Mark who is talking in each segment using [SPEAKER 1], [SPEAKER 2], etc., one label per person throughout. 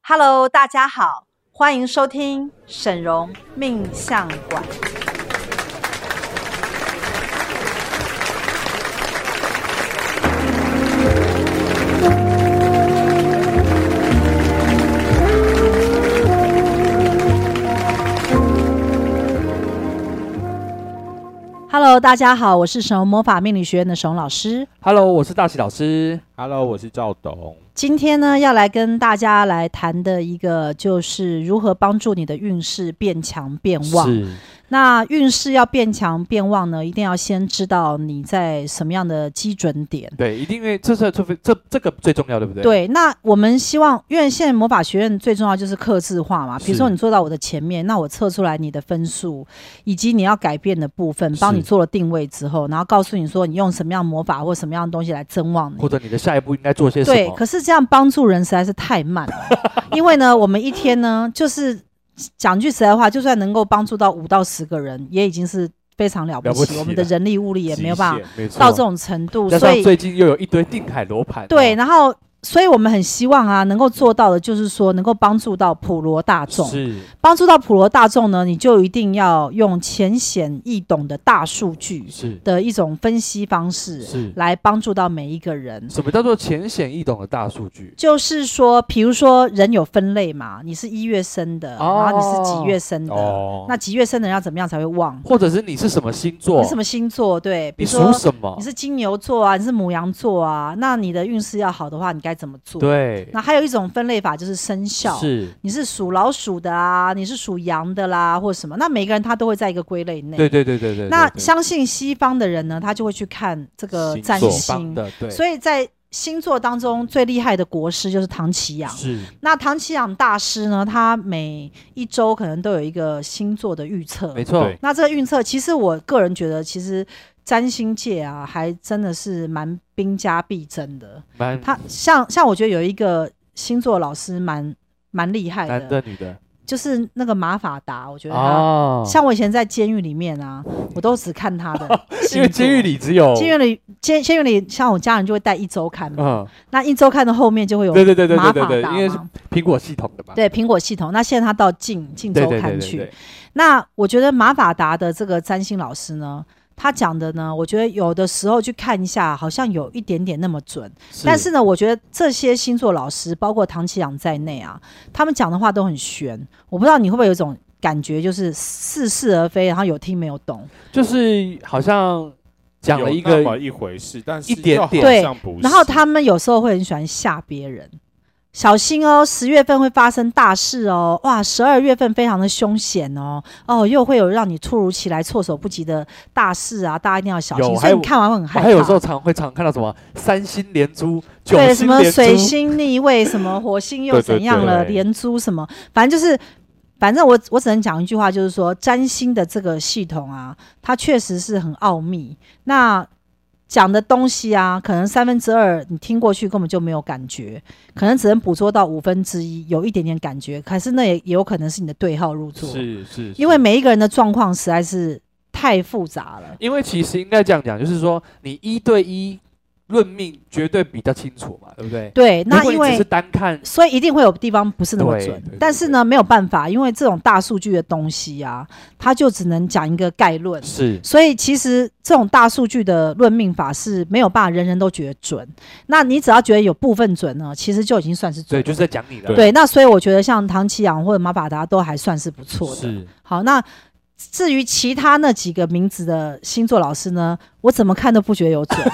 [SPEAKER 1] Hello，大家好，欢迎收听沈荣命相馆。Hello，大家好，我是沈荣魔法命理学院的沈荣老师。
[SPEAKER 2] Hello，我是大喜老师。
[SPEAKER 3] Hello，我是赵董。
[SPEAKER 1] 今天呢，要来跟大家来谈的一个就是如何帮助你的运势变强变旺。
[SPEAKER 2] 是
[SPEAKER 1] 那运势要变强变旺呢，一定要先知道你在什么样的基准点。
[SPEAKER 2] 对，一定因为这是除非这这个最重要，对不对？，
[SPEAKER 1] 对，那我们希望，因为现在魔法学院最重要就是刻字化嘛。比如说
[SPEAKER 2] 是
[SPEAKER 1] 你坐到我的前面，那我测出来你的分数，以及你要改变的部分，帮你
[SPEAKER 2] 是
[SPEAKER 1] 做了定位之后，然后告诉你说你用什么样的魔法或什么样的东西来增旺你。
[SPEAKER 2] 或者你的下一步应该做些什
[SPEAKER 1] 对，
[SPEAKER 2] 么？
[SPEAKER 1] 可是这样帮助人实在是太慢 了，因为呢，我们一天呢，就是讲句实在话，就算能够帮助到五到十个人，也已经是非常了不
[SPEAKER 2] 了
[SPEAKER 1] 起，
[SPEAKER 2] 不起
[SPEAKER 1] 我们的
[SPEAKER 2] 了
[SPEAKER 1] 人力物力也没有办法
[SPEAKER 3] 法。
[SPEAKER 2] 没错。
[SPEAKER 1] 到这种程度，
[SPEAKER 2] 加
[SPEAKER 1] 所
[SPEAKER 2] 上
[SPEAKER 1] 以
[SPEAKER 2] 最近又有一堆定海罗盘。
[SPEAKER 1] 对，
[SPEAKER 2] 哦，
[SPEAKER 1] 然后。所以我们很希望啊，能够做到的就是说，能够帮助到普罗大众。
[SPEAKER 2] 是
[SPEAKER 1] 帮助到普罗大众呢，你就一定要用浅显易懂的大数据
[SPEAKER 2] 是
[SPEAKER 1] 的一种分析方式
[SPEAKER 2] 是。
[SPEAKER 1] 来帮助到每一个人。
[SPEAKER 2] 什么叫做浅显易懂的大数据？
[SPEAKER 1] 就是说，比如说人有分类嘛，你是一月生的，
[SPEAKER 2] 哦
[SPEAKER 1] 然后你是几月生的，嗯
[SPEAKER 3] 哦，
[SPEAKER 1] 那几月生的人要怎么样才会旺？
[SPEAKER 2] 或者是你是什么星座
[SPEAKER 1] 你？什么星座？对，比
[SPEAKER 2] 你
[SPEAKER 1] 如说
[SPEAKER 2] 属什么
[SPEAKER 1] 你？是金牛座啊，你是母羊座啊，那你的运势要好的话，你该怎么做？。
[SPEAKER 2] 对，
[SPEAKER 1] 那还有一种分类法就是生肖，
[SPEAKER 2] 是，
[SPEAKER 1] 你是属老鼠的啊，你是属羊的啦，或什么，那每个人他都会在一个归类内。
[SPEAKER 2] 对对对对对。
[SPEAKER 1] 那
[SPEAKER 2] 对对
[SPEAKER 1] 相信西方的人呢，他就会去看这个
[SPEAKER 3] 星
[SPEAKER 1] 占
[SPEAKER 3] 座
[SPEAKER 2] 左方
[SPEAKER 1] 星，
[SPEAKER 2] 的对
[SPEAKER 1] 所以在星座当中最厉害的国师就是唐启阳。
[SPEAKER 2] 是
[SPEAKER 1] 那唐启阳大师呢，他每一周可能都有一个星座的预测
[SPEAKER 2] 没。错
[SPEAKER 3] 对，
[SPEAKER 1] 那这个预测，其实我个人觉得，其实占星界啊，还真的是蛮兵家必争的。
[SPEAKER 2] 蛮
[SPEAKER 1] 他像像我觉得有一个星座老师蛮蛮厉害
[SPEAKER 2] 男
[SPEAKER 1] 的，
[SPEAKER 2] 的女的
[SPEAKER 1] 就是那个马法达，我觉得他。
[SPEAKER 2] 哦
[SPEAKER 1] 像我以前在监狱里面啊，我都只看他的 星座。
[SPEAKER 2] 因为监狱里只有
[SPEAKER 1] 监狱里，监监狱里，像我家人就会带一周刊嘛，
[SPEAKER 2] 嗯，
[SPEAKER 1] 那一周刊的后面就会有
[SPEAKER 2] 对对对对
[SPEAKER 1] 马
[SPEAKER 2] 对对
[SPEAKER 1] 法
[SPEAKER 2] 对，
[SPEAKER 1] 达
[SPEAKER 2] 因为是
[SPEAKER 1] 嘛
[SPEAKER 2] 苹果系统的嘛。
[SPEAKER 1] 对苹果系统，那现在他到晋晋
[SPEAKER 2] 啊对
[SPEAKER 1] 州
[SPEAKER 2] 对对
[SPEAKER 1] 看
[SPEAKER 2] 对
[SPEAKER 1] 去。
[SPEAKER 2] 对，
[SPEAKER 1] 那我觉得马法达的这个占星老师呢，他讲的呢，我觉得有的时候去看一下，好像有一点点那么准。但是呢，我觉得这些星座老师，包括唐启阳在内啊，他们讲的话都很玄。我不知道你会不会有一种感觉，就是似是而非，然后有听没有懂。
[SPEAKER 2] 就是好像讲了一
[SPEAKER 3] 有
[SPEAKER 2] 个
[SPEAKER 3] 那么一回事，但是
[SPEAKER 2] 一点
[SPEAKER 3] 又好
[SPEAKER 2] 点
[SPEAKER 1] 对
[SPEAKER 3] 像不是
[SPEAKER 1] 然后他们有时候会很喜欢吓别人。小心哦，十月份会发生大事哦！哇，十二月份非常的凶险哦，哦，又会有让你突如其来、措手不及的大事啊，大家一定要小心。
[SPEAKER 2] 有
[SPEAKER 1] 所
[SPEAKER 2] 还
[SPEAKER 1] 以
[SPEAKER 2] 有
[SPEAKER 1] 你看完会很害
[SPEAKER 2] 我
[SPEAKER 1] 怕。
[SPEAKER 2] 还有时候常会常看到什么三星连珠、九
[SPEAKER 1] 对什
[SPEAKER 2] 星
[SPEAKER 1] 么
[SPEAKER 2] 连
[SPEAKER 1] 水
[SPEAKER 2] 珠，
[SPEAKER 1] 星逆位，什么火星又
[SPEAKER 3] 对对
[SPEAKER 1] 怎样了，
[SPEAKER 3] 对
[SPEAKER 1] 连珠什么，反正就是，反正我我只能讲一句话，就是说占星的这个系统啊，它确实是很奥秘。那讲的东西啊，可能三分之二你听过去根本就没有感觉，可能只能捕捉到五分之一，有一点点感觉，可是那也也有可能是你的对号入座，
[SPEAKER 2] 是是
[SPEAKER 1] 因为每一个人的状况实在是太复杂了。
[SPEAKER 2] 因为其实应该这样讲，就是说你一对一论命绝对比较清楚嘛，对不对？
[SPEAKER 1] 对，那
[SPEAKER 2] 如果
[SPEAKER 1] 因
[SPEAKER 2] 你
[SPEAKER 1] 为
[SPEAKER 2] 只是单看，
[SPEAKER 1] 所以一定会有地方不是那么
[SPEAKER 2] 对
[SPEAKER 1] 准
[SPEAKER 2] 对对，
[SPEAKER 1] 但是呢，没有办法，因为这种大数据的东西啊，它就只能讲一个概论。
[SPEAKER 2] 是
[SPEAKER 1] 所以其实这种大数据的论命法是没有办法人人都觉得准。那你只要觉得有部分准呢，其实就已经算是准
[SPEAKER 2] 对，。就是在讲你的，
[SPEAKER 1] 对，那所以我觉得像唐奇阳或者马法达都还算是不错的。
[SPEAKER 2] 是
[SPEAKER 1] 好，那至于其他那几个名字的星座老师呢，我怎么看都不觉得有准。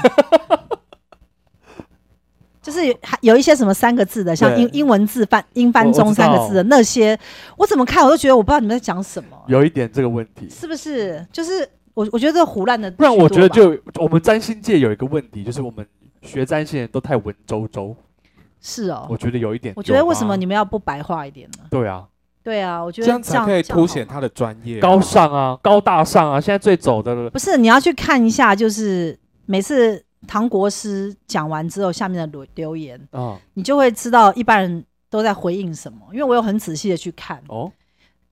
[SPEAKER 1] 就是有还有一些什么三个字的，像
[SPEAKER 2] 对
[SPEAKER 1] 英英文字翻英翻
[SPEAKER 2] 我我
[SPEAKER 1] 中
[SPEAKER 2] 知
[SPEAKER 1] 三个
[SPEAKER 2] 道
[SPEAKER 1] 字的那些，我怎么看我都觉得我不知道你们在讲什么，
[SPEAKER 2] 有一点这个问题。
[SPEAKER 1] 是不是？就是我我觉得这胡乱的居
[SPEAKER 2] 不
[SPEAKER 1] 多吧，
[SPEAKER 2] 然我觉得就我们占星界有一个问题，就是我们学占星的人都太文绉绉，
[SPEAKER 1] 是哦
[SPEAKER 2] 我。觉得有一点。
[SPEAKER 1] 我觉得为什
[SPEAKER 3] 有
[SPEAKER 1] 么
[SPEAKER 3] 吗
[SPEAKER 1] 你们要不白话一点呢？
[SPEAKER 2] 对啊，
[SPEAKER 1] 对啊，我觉
[SPEAKER 3] 这
[SPEAKER 1] 得
[SPEAKER 3] 样才可以
[SPEAKER 1] 这样好
[SPEAKER 3] 凸显
[SPEAKER 1] 吗
[SPEAKER 3] 他的专业
[SPEAKER 2] 高尚啊，高大上啊，现在最走的
[SPEAKER 1] 不是，你要去看一下，就是每次唐国师讲完之后，下面的留留言，
[SPEAKER 2] 啊，
[SPEAKER 1] 你就会知道一般人都在回应什么。因为我有很仔细的去看
[SPEAKER 2] 哦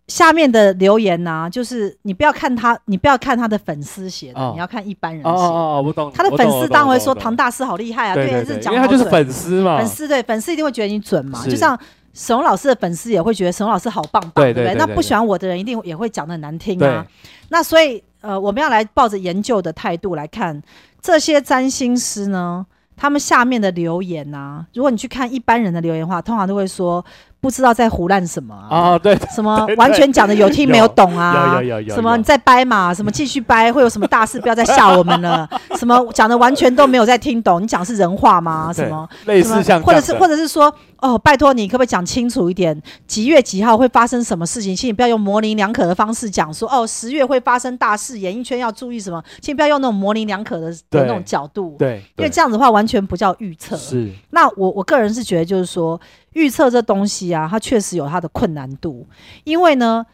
[SPEAKER 1] 下面的留言呐、就是你不要看他，你不要看他的粉丝写的，
[SPEAKER 2] 哦
[SPEAKER 1] 你要看一般人写
[SPEAKER 2] 哦
[SPEAKER 1] 的。
[SPEAKER 2] 哦哦，我懂。
[SPEAKER 1] 他的
[SPEAKER 2] 我
[SPEAKER 1] 粉
[SPEAKER 2] 懂
[SPEAKER 1] 丝当然会说唐
[SPEAKER 2] 大
[SPEAKER 1] 大师好厉害啊，
[SPEAKER 2] 对
[SPEAKER 1] 对
[SPEAKER 2] 对
[SPEAKER 1] 这
[SPEAKER 2] 对，
[SPEAKER 1] 讲
[SPEAKER 2] 因为
[SPEAKER 1] 好
[SPEAKER 2] 他就是
[SPEAKER 1] 准
[SPEAKER 2] 粉丝嘛，
[SPEAKER 1] 粉丝对粉丝一定会觉得你准嘛，
[SPEAKER 2] 啊是
[SPEAKER 1] 就像。沈荣老师的粉丝也会觉得沈荣老师好棒棒，
[SPEAKER 2] 对
[SPEAKER 1] 不
[SPEAKER 2] 对对
[SPEAKER 1] 那
[SPEAKER 2] 对
[SPEAKER 1] 不
[SPEAKER 2] 对
[SPEAKER 1] 喜欢我的人一定也会讲的难听
[SPEAKER 2] 对
[SPEAKER 1] 啊。那所以呃，我们要来抱着研究的态度来看这些占星师呢，他们下面的留言啊，如果你去看一般人的留言的话，通常都会说不知道在胡乱什么啊。
[SPEAKER 2] 啊， 对，
[SPEAKER 1] 什么
[SPEAKER 2] 对对
[SPEAKER 1] 完全讲的有听没有懂啊？
[SPEAKER 2] 有有有有
[SPEAKER 1] 什么
[SPEAKER 2] 有
[SPEAKER 1] 你再掰嘛？什么继续掰会有什么大事？不要再吓我们了。什么讲的完全都没有在听懂？你讲是人话吗？
[SPEAKER 2] 对
[SPEAKER 1] 什么？
[SPEAKER 2] 类
[SPEAKER 1] 什么
[SPEAKER 2] 似像
[SPEAKER 1] 或者
[SPEAKER 2] 这
[SPEAKER 1] 是
[SPEAKER 2] 样的
[SPEAKER 1] 或者是说，哦，拜托你可不可以讲清楚一点？几月几号会发生什么事情？请你不要用模棱两可的方式讲说，哦，十月会发生大事，演艺圈要注意什么？请不要用那种模棱两可的的
[SPEAKER 2] 对
[SPEAKER 1] 那种角度，
[SPEAKER 2] 对，
[SPEAKER 1] 因为
[SPEAKER 2] 对
[SPEAKER 1] 这样子的话完全不叫预测。
[SPEAKER 2] 是
[SPEAKER 1] 那我我个人是觉得，就是说预测这东西啊，它确实有它的困难度，因为呢，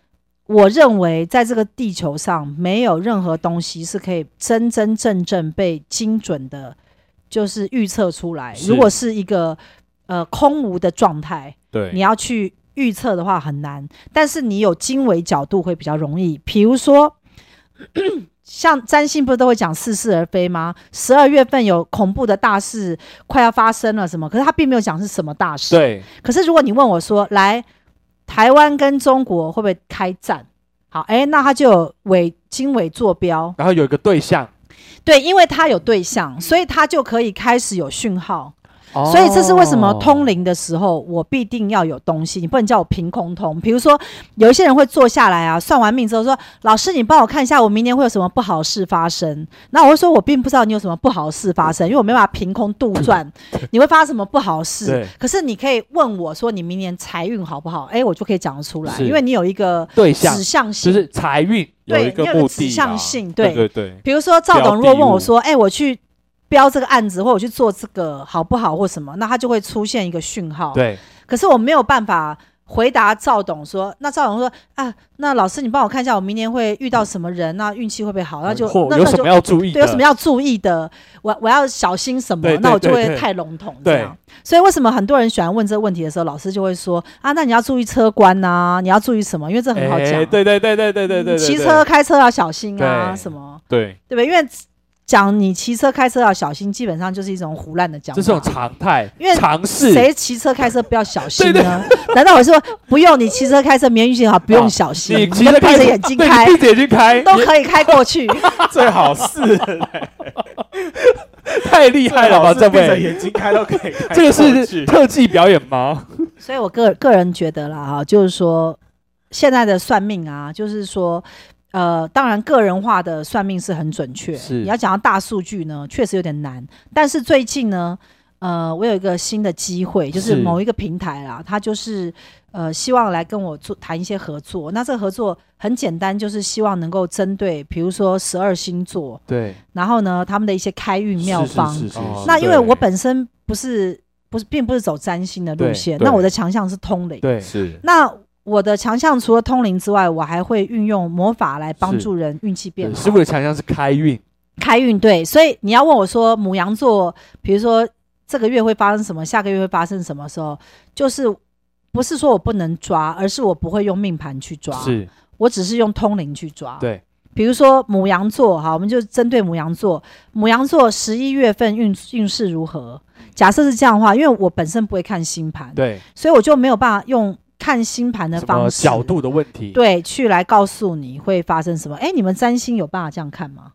[SPEAKER 1] 我认为在这个地球上没有任何东西是可以真真正正被精准的，就是预测出来。
[SPEAKER 3] 是
[SPEAKER 1] 如果是一个呃空无的状态，
[SPEAKER 3] 对，
[SPEAKER 1] 你要去预测的话很难，但是你有经纬角度会比较容易。比如说， 像占星不是都会讲似是而非吗？十二月份有恐怖的大事快要发生了什么，可是他并没有讲是什么大事。。
[SPEAKER 2] 对
[SPEAKER 1] 可是如果你问我说，来台湾跟中国会不会开战？好，哎、那他就有伪经纬坐标，
[SPEAKER 2] 然后有一个对象，
[SPEAKER 1] 对，因为他有对象，所以他就可以开始有讯号。哦所以这是为什
[SPEAKER 2] 哦
[SPEAKER 1] 么通灵的时候，我必定要有东西，你不能叫我凭空通。比如说，有一些人会坐下来啊，算完命之后说：“老师，你帮我看一下，我明年会有什么不好事发生？”那我会说：“我并不知道你有什么不好事发生，因为我没办法凭空杜撰你会发生什么不好事
[SPEAKER 2] 对。
[SPEAKER 1] 可是你可以问我说，你明年财运好不好？哎，我就可以讲得出来，
[SPEAKER 2] 是
[SPEAKER 1] 因为你有一个
[SPEAKER 2] 对象
[SPEAKER 1] 指向
[SPEAKER 2] 就
[SPEAKER 1] 性。
[SPEAKER 2] 是财运，
[SPEAKER 3] 有
[SPEAKER 1] 对
[SPEAKER 3] 一个
[SPEAKER 1] 你有个
[SPEAKER 3] 目
[SPEAKER 1] 指
[SPEAKER 3] 的
[SPEAKER 1] 向
[SPEAKER 3] 啦
[SPEAKER 1] 性对
[SPEAKER 3] 对对对，
[SPEAKER 1] 比如说赵董如果
[SPEAKER 3] 标的
[SPEAKER 1] 问我
[SPEAKER 3] 物
[SPEAKER 1] 说：“哎、我去标这个案子，或我去做这个好不好，或什么？”那他就会出现一个讯号。
[SPEAKER 2] 对
[SPEAKER 1] 可是我没有办法回答赵董说，那赵董说啊，那老师你帮我看一下，我明年会遇到什么人，那运气会不会好？那就
[SPEAKER 2] 嗯或
[SPEAKER 1] 那
[SPEAKER 2] 有
[SPEAKER 1] 那
[SPEAKER 2] 什
[SPEAKER 1] 就
[SPEAKER 2] 么要注意的，
[SPEAKER 1] 对有什么要注意的，我我要小心什么
[SPEAKER 2] 对，
[SPEAKER 1] 那我
[SPEAKER 2] 对
[SPEAKER 1] 就会
[SPEAKER 2] 对
[SPEAKER 1] 太笼统这
[SPEAKER 2] 对
[SPEAKER 1] 样。所以为什么很多人喜欢问这个问题的时候，老师就会说啊，那你要注意车关呐、你要注意什么？因为这很好
[SPEAKER 2] 哎
[SPEAKER 1] 讲，嗯
[SPEAKER 2] 对对对对对对对，对
[SPEAKER 1] 骑车开车要小心啊，
[SPEAKER 2] 对
[SPEAKER 1] 什么
[SPEAKER 3] 对
[SPEAKER 1] 对不对？因为讲你骑车开车要小心，基本上就是一种胡乱的讲法，
[SPEAKER 2] 这是种常态，
[SPEAKER 1] 因为
[SPEAKER 2] 尝试
[SPEAKER 1] 谁骑车开车不要小心呢？
[SPEAKER 2] 对
[SPEAKER 1] 难道我说不用你骑车开车免疫性好，不用小心，
[SPEAKER 2] 哦你骑
[SPEAKER 1] 们
[SPEAKER 2] 车
[SPEAKER 1] 闭
[SPEAKER 2] 开
[SPEAKER 1] 着眼睛
[SPEAKER 2] 对你
[SPEAKER 1] 开
[SPEAKER 2] 闭着眼睛开，
[SPEAKER 1] 都可以开过去？
[SPEAKER 3] 最好 是
[SPEAKER 2] 太厉害了吧，这
[SPEAKER 3] 闭着
[SPEAKER 2] 位，
[SPEAKER 3] 眼睛开都可以开过去，
[SPEAKER 2] 这个是特技表演吗？
[SPEAKER 1] 所以我个个人觉得啦，哈，就是说现在的算命啊，就是说。呃，当然，个人化的算命是很准确。
[SPEAKER 2] 是
[SPEAKER 1] 你要讲到大数据呢，确实有点难。但是最近呢，呃，我有一个新的机会，就是
[SPEAKER 2] 是
[SPEAKER 1] 某一个平台啦，它就是呃，希望来跟我做谈一些合作。那这个合作很简单，就是希望能够针对，比如说十二星座，
[SPEAKER 2] 对，
[SPEAKER 1] 然后呢，他们的一些开运妙方。
[SPEAKER 3] 是是是
[SPEAKER 2] 哦
[SPEAKER 1] 那因为
[SPEAKER 3] 对
[SPEAKER 1] 我本身不是不是并不是走占星的路
[SPEAKER 2] 对
[SPEAKER 1] 线，
[SPEAKER 3] 对
[SPEAKER 1] 那我的强项是通灵。
[SPEAKER 2] 对，
[SPEAKER 3] 是
[SPEAKER 1] 那我的强项除了通灵之外，我还会运用魔法来帮助人运气变
[SPEAKER 2] 对
[SPEAKER 1] 好
[SPEAKER 2] 师傅的强项是开运，
[SPEAKER 1] 开运。对，所以你要问我说母羊座，比如说这个月会发生什么，下个月会发生什么时候，就是不是说我不能抓，而是我不会用命盘去抓，
[SPEAKER 2] 是
[SPEAKER 1] 我只是用通灵去抓。
[SPEAKER 2] 对，
[SPEAKER 1] 比如说母羊座，哈，我们就针对母羊座，母羊座十一月份运运势如何？假设是这样的话，因为我本身不会看星盘，
[SPEAKER 2] 对，
[SPEAKER 1] 所以我就没有办法用看星盘的
[SPEAKER 2] 什么
[SPEAKER 1] 方式
[SPEAKER 2] 角度的问题，
[SPEAKER 1] 对去来告诉你会发生什么。哎，你们占星有办法这样看吗？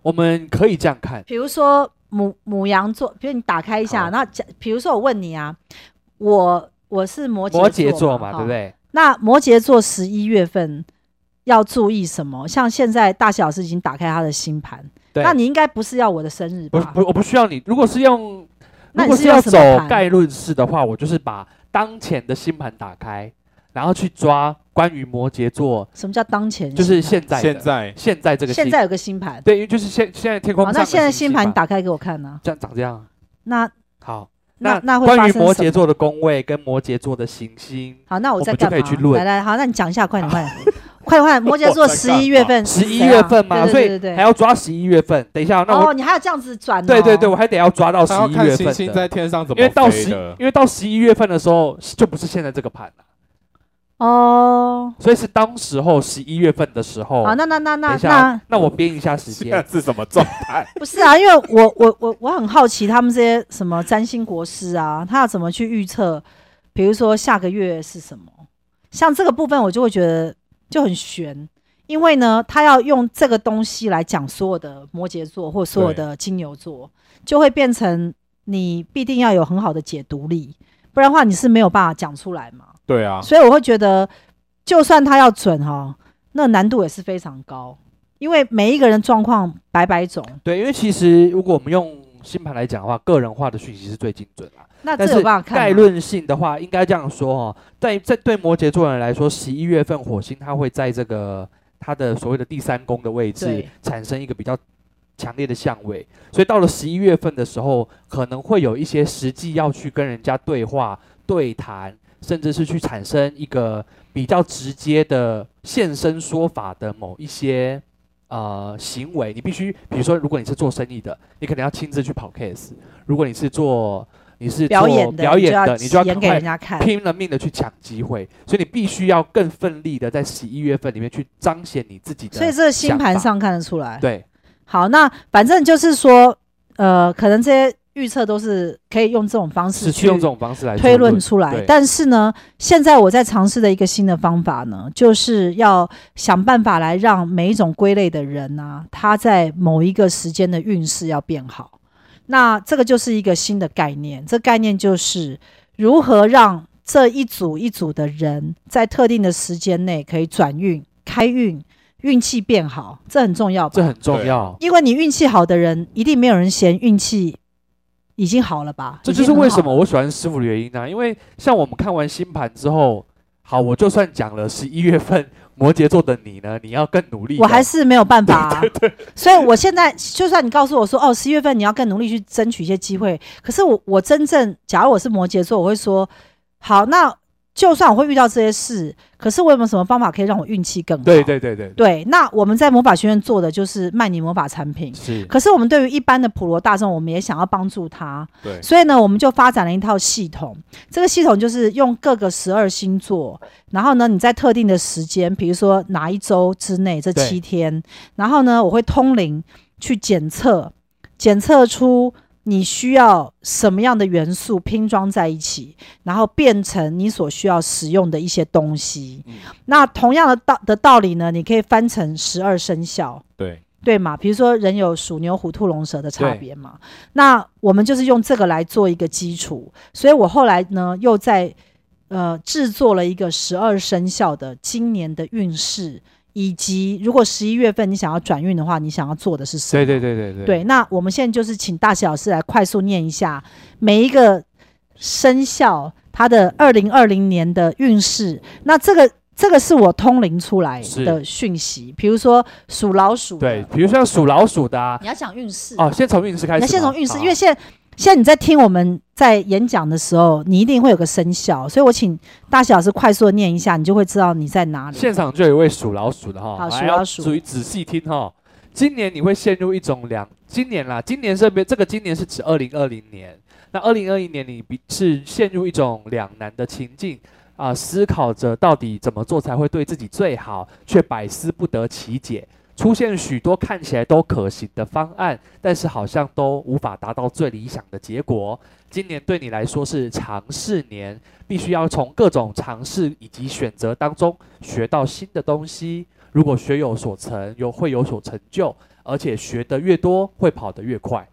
[SPEAKER 2] 我们可以这样看，
[SPEAKER 1] 比如说母母羊座，比如你打开一下，
[SPEAKER 2] 好
[SPEAKER 1] 那假比如说我问你啊，我我是摩羯
[SPEAKER 2] 摩羯座
[SPEAKER 1] 嘛，
[SPEAKER 2] 嘛，
[SPEAKER 1] 哈
[SPEAKER 2] 对不？对？
[SPEAKER 1] 那摩羯座十一月份要注意什么？像现在大西老师已经打开他的星盘，
[SPEAKER 2] 对，
[SPEAKER 1] 那你应该不是要我的生日
[SPEAKER 2] 不
[SPEAKER 1] 吧？
[SPEAKER 2] 不，我不需要你。如果是用，
[SPEAKER 1] 那你
[SPEAKER 2] 如果
[SPEAKER 1] 是
[SPEAKER 2] 是要
[SPEAKER 1] 用什
[SPEAKER 2] 走
[SPEAKER 1] 么盘
[SPEAKER 2] 概论式的话，我就是把当前的星盘打开，然后去抓关于摩羯座，
[SPEAKER 1] 什么叫当前星盘？
[SPEAKER 2] 就是现在的
[SPEAKER 3] 现在
[SPEAKER 2] 现在这个星
[SPEAKER 1] 现在有个星盘。
[SPEAKER 2] 对，因为就是现现在天空
[SPEAKER 1] 好，
[SPEAKER 2] 上
[SPEAKER 1] 那
[SPEAKER 2] 的
[SPEAKER 1] 现在
[SPEAKER 2] 星
[SPEAKER 1] 星盘打开给我看呢、
[SPEAKER 2] 这样长这样啊
[SPEAKER 1] 那
[SPEAKER 2] 好。
[SPEAKER 1] 那那会发
[SPEAKER 2] 关于
[SPEAKER 1] 生
[SPEAKER 2] 摩
[SPEAKER 1] 什么
[SPEAKER 2] 羯座的宫位跟摩羯座的行星，
[SPEAKER 1] 好，那我
[SPEAKER 2] 我
[SPEAKER 1] 在
[SPEAKER 2] 们就
[SPEAKER 1] 干嘛？
[SPEAKER 2] 可以去论
[SPEAKER 1] 来来，好，那你讲一下，快点，快点，快点， 快点！摩羯座
[SPEAKER 3] 我在
[SPEAKER 1] 十
[SPEAKER 3] 干
[SPEAKER 1] 一月
[SPEAKER 3] 嘛
[SPEAKER 1] 份是
[SPEAKER 2] 十
[SPEAKER 1] 谁啊，
[SPEAKER 2] 一月份嘛，
[SPEAKER 1] 对
[SPEAKER 2] 所
[SPEAKER 1] 对
[SPEAKER 2] 以
[SPEAKER 1] 对对
[SPEAKER 2] 还要抓十一月份。等一下，那
[SPEAKER 1] 哦，
[SPEAKER 2] 我
[SPEAKER 1] 你还要这样子转、哦？
[SPEAKER 2] 对对对，我还得要抓到十
[SPEAKER 3] 他要
[SPEAKER 2] 一
[SPEAKER 3] 看
[SPEAKER 2] 月
[SPEAKER 3] 星
[SPEAKER 2] 份
[SPEAKER 3] 星
[SPEAKER 2] 的，
[SPEAKER 3] 在天上怎
[SPEAKER 2] 因为
[SPEAKER 3] 么
[SPEAKER 2] 到
[SPEAKER 3] 飞
[SPEAKER 2] 十
[SPEAKER 3] 的，
[SPEAKER 2] 因为到十一月份的时候就不是现在这个盘了。
[SPEAKER 1] 哦，
[SPEAKER 2] 所以是当时候十一月份的时候。
[SPEAKER 1] 好，那那那
[SPEAKER 2] 哦等
[SPEAKER 1] 那
[SPEAKER 2] 一下
[SPEAKER 1] 那
[SPEAKER 2] 啊，那我编一下时
[SPEAKER 3] 现在
[SPEAKER 2] 间。
[SPEAKER 3] 是什么状 态？
[SPEAKER 1] 不是啊，因为我我我我很好奇他们这些什么占星国师啊，他要怎么去预测比如说下个月是什么，像这个部分我就会觉得就很悬，因为呢，他要用这个东西来讲所有的摩羯座或所有的金牛座，就会变成你必定要有很好的解读力，不然的话你是没有办法讲出来嘛。
[SPEAKER 3] 对啊，
[SPEAKER 1] 所以我会觉得，就算他要准哈、那难度也是非常高，因为每一个人状况百百种，
[SPEAKER 2] 对，因为其实如果我们用星盘来讲的话，个人化的讯息是最精准啦。
[SPEAKER 1] 那
[SPEAKER 2] 但
[SPEAKER 1] 这有
[SPEAKER 2] 是
[SPEAKER 1] 办法看吗啊
[SPEAKER 2] 概论性的话，应该这样说哦，在在对摩羯座人来说，十一月份火星它会在这个它的所谓的第三宫的位置
[SPEAKER 1] 对
[SPEAKER 2] 产生一个比较强烈的相位，所以到了十一月份的时候，可能会有一些实际要去跟人家对话、对谈，甚至是去产生一个比较直接的现身说法的某一些。呃，行为你必须，比如说，如果你是做生意的，你可能要亲自去跑 case；如果你是做你是
[SPEAKER 1] 表
[SPEAKER 2] 做
[SPEAKER 1] 演的
[SPEAKER 2] 表演的，你就要
[SPEAKER 1] 演
[SPEAKER 2] 赶
[SPEAKER 1] 给
[SPEAKER 2] 快
[SPEAKER 1] 人家看。
[SPEAKER 2] 拼了命的去抢机会，所以你必须要更奋力的在十一月份里面去彰显你自己的。
[SPEAKER 1] 所以这个星盘
[SPEAKER 2] 想法
[SPEAKER 1] 上看得出来。
[SPEAKER 2] 对
[SPEAKER 1] 好，那反正就是说，呃，可能这些预测都是可以用这种方式
[SPEAKER 2] 是去用这种方式来
[SPEAKER 1] 推论
[SPEAKER 2] 论
[SPEAKER 1] 出来
[SPEAKER 2] 对。
[SPEAKER 1] 但是呢，现在我在尝试的一个新的方法呢，就是要想办法来让每一种归类的人啊，他在某一个时间的运势要变好。那这个就是一个新的概念，这概念就是如何让这一组一组的人在特定的时间内可以转运、开运、运气变好，这很重要吧？
[SPEAKER 2] 这很重要。
[SPEAKER 1] 因为你运气好的人，一定没有人嫌运气已经好了吧？
[SPEAKER 2] 这
[SPEAKER 1] 已
[SPEAKER 2] 就
[SPEAKER 1] 经
[SPEAKER 2] 是
[SPEAKER 1] 很
[SPEAKER 2] 为
[SPEAKER 1] 好
[SPEAKER 2] 什么
[SPEAKER 1] 了
[SPEAKER 2] 我喜欢师傅的原因呢、啊因为像我们看完星盘之后，好，我就算讲了十一月份摩羯座的你呢，你要更努力。
[SPEAKER 1] 我还是没有办法、 啊。所以我现在就算你告诉我说，哦，十一月份你要更努力去争取一些机会，可是我我真正，假如我是摩羯座，我会说，好，那就算我会遇到这些事，可是我有没有什么方法可以让我运气更好？
[SPEAKER 3] 对对对对，
[SPEAKER 1] 对。那我们在魔法学院做的就是卖你魔法产品。
[SPEAKER 2] 是
[SPEAKER 1] 可是我们对于一般的普罗大众，我们也想要帮助他，
[SPEAKER 3] 对
[SPEAKER 1] 所以呢，我们就发展了一套系统。这个系统就是用各个十二星座，然后呢，你在特定的时间，比如说哪一周之内这
[SPEAKER 2] 对
[SPEAKER 1] 七天，然后呢，我会通灵去检测，检测出你需要什么样的元素拼装在一起，然后变成你所需要使用的一些东西。
[SPEAKER 3] 嗯
[SPEAKER 1] 那同样的道的道理呢，你可以翻成十二生肖。
[SPEAKER 3] 对
[SPEAKER 1] 对嘛？比如说人有鼠、牛、虎、兔、龙、蛇的差
[SPEAKER 2] 对
[SPEAKER 1] 别嘛。那我们就是用这个来做一个基础，所以我后来呢又在呃制作了一个十二生肖的今年的运势，以及如果十一月份你想要转运的话，你想要做的是什么？
[SPEAKER 2] 对对对对对
[SPEAKER 1] 对那我们现在就是请大喜老师来快速念一下每一个生肖它的二零二零年的运势。那这个这个是我通灵出来
[SPEAKER 2] 是
[SPEAKER 1] 的讯息，比如说属老鼠的
[SPEAKER 2] 对，比如像属老鼠的啊，
[SPEAKER 1] 你要讲运势
[SPEAKER 2] 哦，先从运势开
[SPEAKER 1] 你
[SPEAKER 2] 始
[SPEAKER 1] 要
[SPEAKER 2] 吗。
[SPEAKER 1] 嗯先从运势，
[SPEAKER 2] 好
[SPEAKER 1] 因为现在现在你在听我们在演讲的时候，你一定会有个生肖，所以我请大小老师快速的念一下，你就会知道你在哪里。
[SPEAKER 2] 现场就有一位属老鼠的哈，
[SPEAKER 1] 好
[SPEAKER 2] 来
[SPEAKER 1] 属老鼠
[SPEAKER 2] 要注意仔细听哈。今年你会陷入一种两，今年啦，今年这边这个今年是指二零二零年，那二零二一年你比是陷入一种两难的情境啊、思考着到底怎么做才会对自己最好，却百思不得其解，出现许多看起来都可行的方案，但是好像都无法达到最理想的结果。今年对你来说是尝试年，必须要从各种尝试以及选择当中学到新的东西。如果学有所成，有会有所成就，而且学得越多，会跑得越快。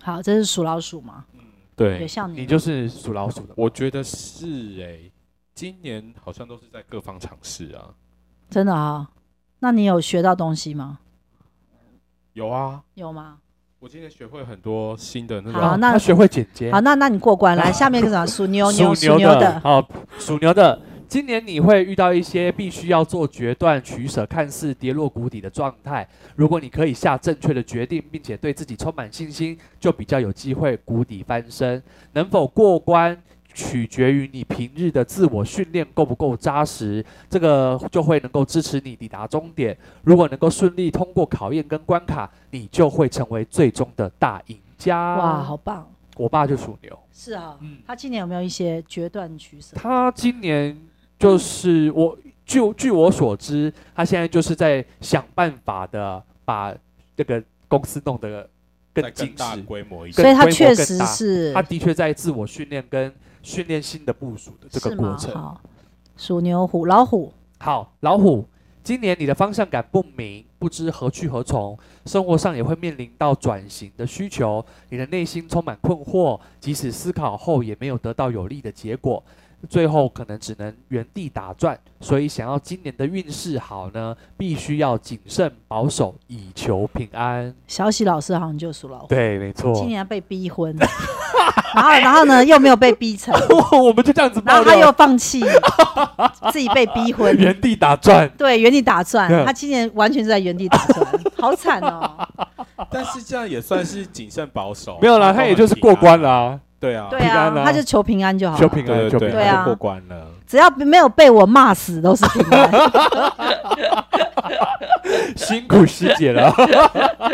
[SPEAKER 1] 好，这是属老鼠嘛？有
[SPEAKER 3] 对，
[SPEAKER 1] 像你吗，
[SPEAKER 2] 你就是属老鼠
[SPEAKER 1] 嗯
[SPEAKER 2] 的，
[SPEAKER 3] 我觉得是哎，今年好像都是在各方尝试啊，
[SPEAKER 1] 真的啊、那你有学到东西吗？
[SPEAKER 3] 有啊，
[SPEAKER 1] 有吗？
[SPEAKER 3] 我今年学会很多新的那
[SPEAKER 1] 好
[SPEAKER 3] 种
[SPEAKER 2] 哦
[SPEAKER 1] 那
[SPEAKER 2] 他学会剪接
[SPEAKER 1] 好，，那那你过关来，下面一个什么？属牛、
[SPEAKER 2] 啊 属
[SPEAKER 1] 牛、属牛
[SPEAKER 2] 的
[SPEAKER 1] 的，，
[SPEAKER 2] 好，属牛的。今年你会遇到一些必须要做决断、取舍，看似跌落谷底的状态。如果你可以下正确的决定，并且对自己充满信心，就比较有机会谷底翻身。能否过关，取决于你平日的自我训练够不够扎实，这个就会能够支持你抵达终点。如果能够顺利通过考验跟关卡，你就会成为最终的大赢家。
[SPEAKER 1] 哇，好！棒！
[SPEAKER 2] 我爸就属牛。
[SPEAKER 1] 是啊、
[SPEAKER 2] 啊嗯
[SPEAKER 1] 他今年有没有一些决断取舍？
[SPEAKER 2] 他今年就是我据据我所知，他现在就是在想办法的把这个公司弄得
[SPEAKER 3] 再
[SPEAKER 2] 更
[SPEAKER 3] 更
[SPEAKER 2] 精
[SPEAKER 3] 大
[SPEAKER 2] 实。
[SPEAKER 3] 规模一
[SPEAKER 2] 更
[SPEAKER 1] 所以他
[SPEAKER 2] 规模
[SPEAKER 1] 确
[SPEAKER 2] 更
[SPEAKER 1] 实
[SPEAKER 2] 大
[SPEAKER 1] 是
[SPEAKER 2] 他的确在自我训练跟训练新的部署的这
[SPEAKER 1] 是
[SPEAKER 2] 个
[SPEAKER 1] 吗
[SPEAKER 2] 过？程。
[SPEAKER 1] 好，鼠、牛、虎、老虎，
[SPEAKER 2] 好，老虎，今年你的方向感不明，不知何去何从，生活上也会面临到转型的需求，你的内心充满困惑，即使思考后也没有得到有利的结果，最后可能只能原地打转。所以，想要今年的运势好呢，必须要谨慎保守，以求平安。
[SPEAKER 1] 小喜老师好像就属老虎，
[SPEAKER 2] 对，没错
[SPEAKER 1] 今年被逼婚， 然后然后呢又没有被逼 成，
[SPEAKER 2] 我们就这样子
[SPEAKER 1] 然
[SPEAKER 2] 爆
[SPEAKER 1] 后他
[SPEAKER 2] 料，
[SPEAKER 1] 又放弃，自己被逼婚，
[SPEAKER 2] 原地打转。
[SPEAKER 1] 对，原地打转
[SPEAKER 2] 嗯，
[SPEAKER 1] 他今年完全是在原地打 转，好惨哦。
[SPEAKER 3] 但是这样也算是谨慎保守。
[SPEAKER 2] 没有啦，他也就是过关
[SPEAKER 3] 了。
[SPEAKER 2] 了、啊，
[SPEAKER 3] 对啊，
[SPEAKER 1] 对
[SPEAKER 2] 平
[SPEAKER 1] 啊
[SPEAKER 2] 安，啊
[SPEAKER 1] 他就求平安就好
[SPEAKER 2] 求
[SPEAKER 1] 了，
[SPEAKER 2] 平安，
[SPEAKER 3] 对
[SPEAKER 2] 求
[SPEAKER 3] 对
[SPEAKER 2] 平安。
[SPEAKER 3] 对，
[SPEAKER 1] 对啊
[SPEAKER 3] 他就过关了。
[SPEAKER 1] 只要没有被我骂死都是平 安。
[SPEAKER 2] 辛苦师姐了。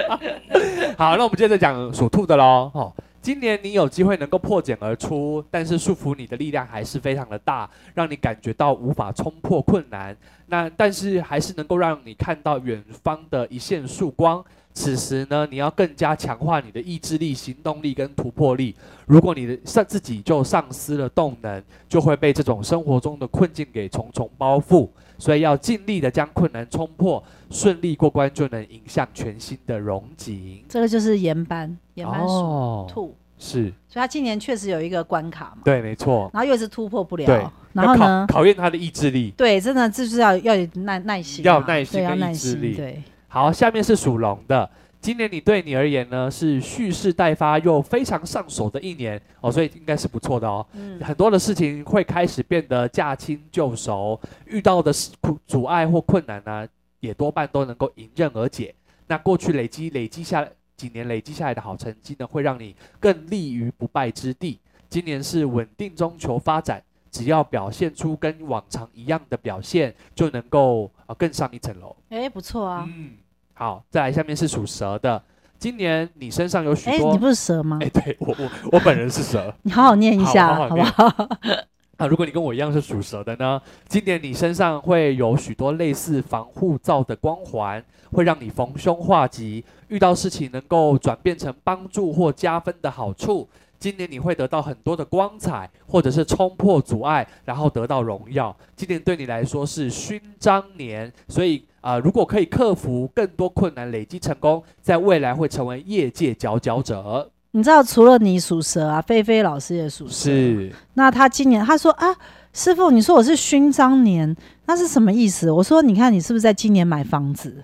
[SPEAKER 2] 好，那我们接着讲属兔的喽。哦，今年你有机会能够破茧而出，但是束缚你的力量还是非常的大，让你感觉到无法冲破困难。那但是还是能够让你看到远方的一线曙光。此时呢，你要更加强化你的意志力、行动力跟突破力。如果你的上自己就丧失了动能，就会被这种生活中的困境给重重包覆。所以要尽力的将困难冲破，顺利过关就能迎向全新的荣景。
[SPEAKER 1] 这个就是岩斑，岩斑属
[SPEAKER 2] 哦，
[SPEAKER 1] 兔，
[SPEAKER 2] 是
[SPEAKER 1] 所以他今年确实有一个关卡嘛，
[SPEAKER 2] 对，没错。
[SPEAKER 1] 然后又是突破不
[SPEAKER 2] 对
[SPEAKER 1] 了，然后呢
[SPEAKER 2] 要，考考验他的意志力。
[SPEAKER 1] 对，真的这就是要要有耐耐心啊，
[SPEAKER 2] 要耐心
[SPEAKER 1] 对，要
[SPEAKER 2] 跟意
[SPEAKER 1] 耐
[SPEAKER 2] 志
[SPEAKER 1] 心，
[SPEAKER 2] 力
[SPEAKER 1] 对，
[SPEAKER 2] 好，下面是属龙的。今年你对你而言呢是蓄势待发又非常上手的一年哦，所以应该是不错的哦。
[SPEAKER 1] 嗯，
[SPEAKER 2] 很多的事情会开始变得驾轻就熟，遇到的事苦阻碍或困难呢、也多半都能够迎刃而解。那过去累积累积下几年累积下来的好成绩呢，会让你更立于不败之地。今年是稳定中求发展，只要表现出跟往常一样的表现，就能够啊、呃更上一层楼。
[SPEAKER 1] 哎，不错啊，
[SPEAKER 2] 嗯，好，再来下面是属蛇的，今年你身上有许
[SPEAKER 1] 哎，
[SPEAKER 2] 多
[SPEAKER 1] 你不是蛇吗
[SPEAKER 2] 哎、？对我我我本人是蛇。
[SPEAKER 1] 你好好念一下，
[SPEAKER 2] 好好好
[SPEAKER 1] 好不好？
[SPEAKER 2] 啊，如果你跟我一样是属蛇的呢，今年你身上会有许多类似防护罩的光环，会让你逢凶化吉，遇到事情能够转变成帮助或加分的好处。今年你会得到很多的光彩，或者是冲破阻碍，然后得到荣耀。今年对你来说是勋章年，所以啊、呃如果可以克服更多困难，累积成功，在未来会成为业界佼佼者。
[SPEAKER 1] 你知道除了你属蛇啊，菲菲老师也属蛇，
[SPEAKER 2] 是
[SPEAKER 1] 那他今年他说啊，师傅，你说我是勋章年，那是什么意思？我说，你看你是不是在今年买房子？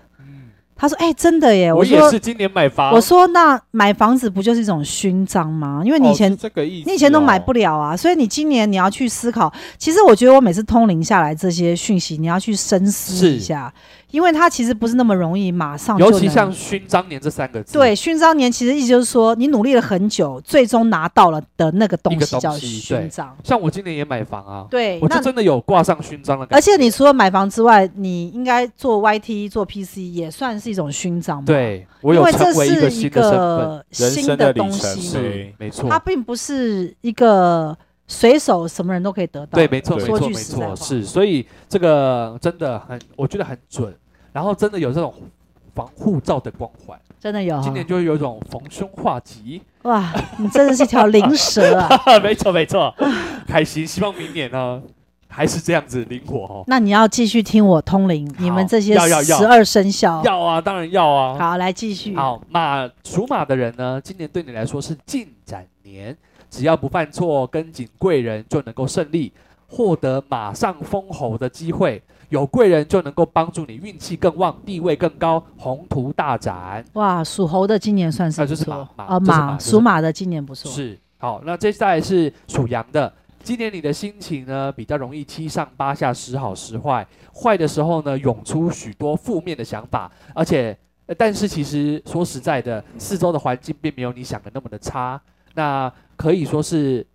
[SPEAKER 1] 他说，哎、真的耶。
[SPEAKER 2] 嗯我也
[SPEAKER 1] 说，
[SPEAKER 2] 是啊今年买房，
[SPEAKER 1] 我说那买房子不就是一种勋章吗？因为你以前、
[SPEAKER 3] 哦是这个意思，
[SPEAKER 1] 你以前都买不。了啊，所以你今年你要去思考。其实我觉得我每次通灵下来这些讯息，你要去深思一
[SPEAKER 2] 是
[SPEAKER 1] 下，因为它其实不是那么容易马上就
[SPEAKER 2] 尤
[SPEAKER 1] 能。
[SPEAKER 2] 其像“勋章年”这三个字，
[SPEAKER 1] 对，勋章年，其实意思就是说你努力了很久，最终拿到了的那个
[SPEAKER 2] 一
[SPEAKER 1] 东
[SPEAKER 2] 个
[SPEAKER 1] 西叫
[SPEAKER 2] 东西对
[SPEAKER 1] 勋章。
[SPEAKER 2] 像我今年也买房啊，
[SPEAKER 1] 对，
[SPEAKER 2] 我
[SPEAKER 1] 那
[SPEAKER 2] 就真的有挂上勋章的感觉。
[SPEAKER 1] 而且你除了买房之外，你应该做 YT、做 PC 也算是一种勋章吧？，
[SPEAKER 2] 对我
[SPEAKER 1] 因
[SPEAKER 2] 有
[SPEAKER 1] 为这
[SPEAKER 2] 成为一
[SPEAKER 1] 是
[SPEAKER 2] 新的身份，
[SPEAKER 1] 个
[SPEAKER 3] 人
[SPEAKER 1] 新
[SPEAKER 3] 生的里
[SPEAKER 1] 东
[SPEAKER 3] 程
[SPEAKER 1] 西
[SPEAKER 3] 碑，
[SPEAKER 2] 是没错
[SPEAKER 1] 它，并不是一个随手什么人都可以得到。
[SPEAKER 2] 对，没错，
[SPEAKER 3] 对
[SPEAKER 2] 没
[SPEAKER 1] 说
[SPEAKER 2] 错，
[SPEAKER 1] 句
[SPEAKER 2] 没
[SPEAKER 1] 实在话
[SPEAKER 2] 错，是。所以这个真的很，我觉得很准，然后真的有这种防护罩的光环，
[SPEAKER 1] 真的有哈
[SPEAKER 2] 今年就有一种逢凶化吉。
[SPEAKER 1] 哇，你真的是一条灵蛇啊！
[SPEAKER 2] 没错，没错，开心。希望明年呢还是这样子灵活哦。
[SPEAKER 1] 那你要继续听我通灵，你们这些
[SPEAKER 2] 要要要
[SPEAKER 1] 十二生肖，
[SPEAKER 2] 要啊，当然要啊。
[SPEAKER 1] 好来继续。
[SPEAKER 2] 好，马属马的人呢，今年对你来说是进展年，只要不犯错，跟紧贵人就能够胜利，获得马上封侯的机会。有贵人就能够帮助你运气更旺，地位更高，宏图大展。
[SPEAKER 1] 哇，属猴的今年算是
[SPEAKER 2] 啊
[SPEAKER 1] 不
[SPEAKER 2] 就是
[SPEAKER 1] 错
[SPEAKER 2] 马马
[SPEAKER 1] 啊，
[SPEAKER 2] 就是马
[SPEAKER 1] 马
[SPEAKER 2] 就是
[SPEAKER 1] 属马的今年不错，
[SPEAKER 2] 是，好，那接下来是属羊的。今年你的心情呢比较容易七上八下，时好时坏。坏的时候呢，涌出许多负面的想法，而且，呃但是其实说实在的，四周的环境并没有你想的那么的差。那可以说是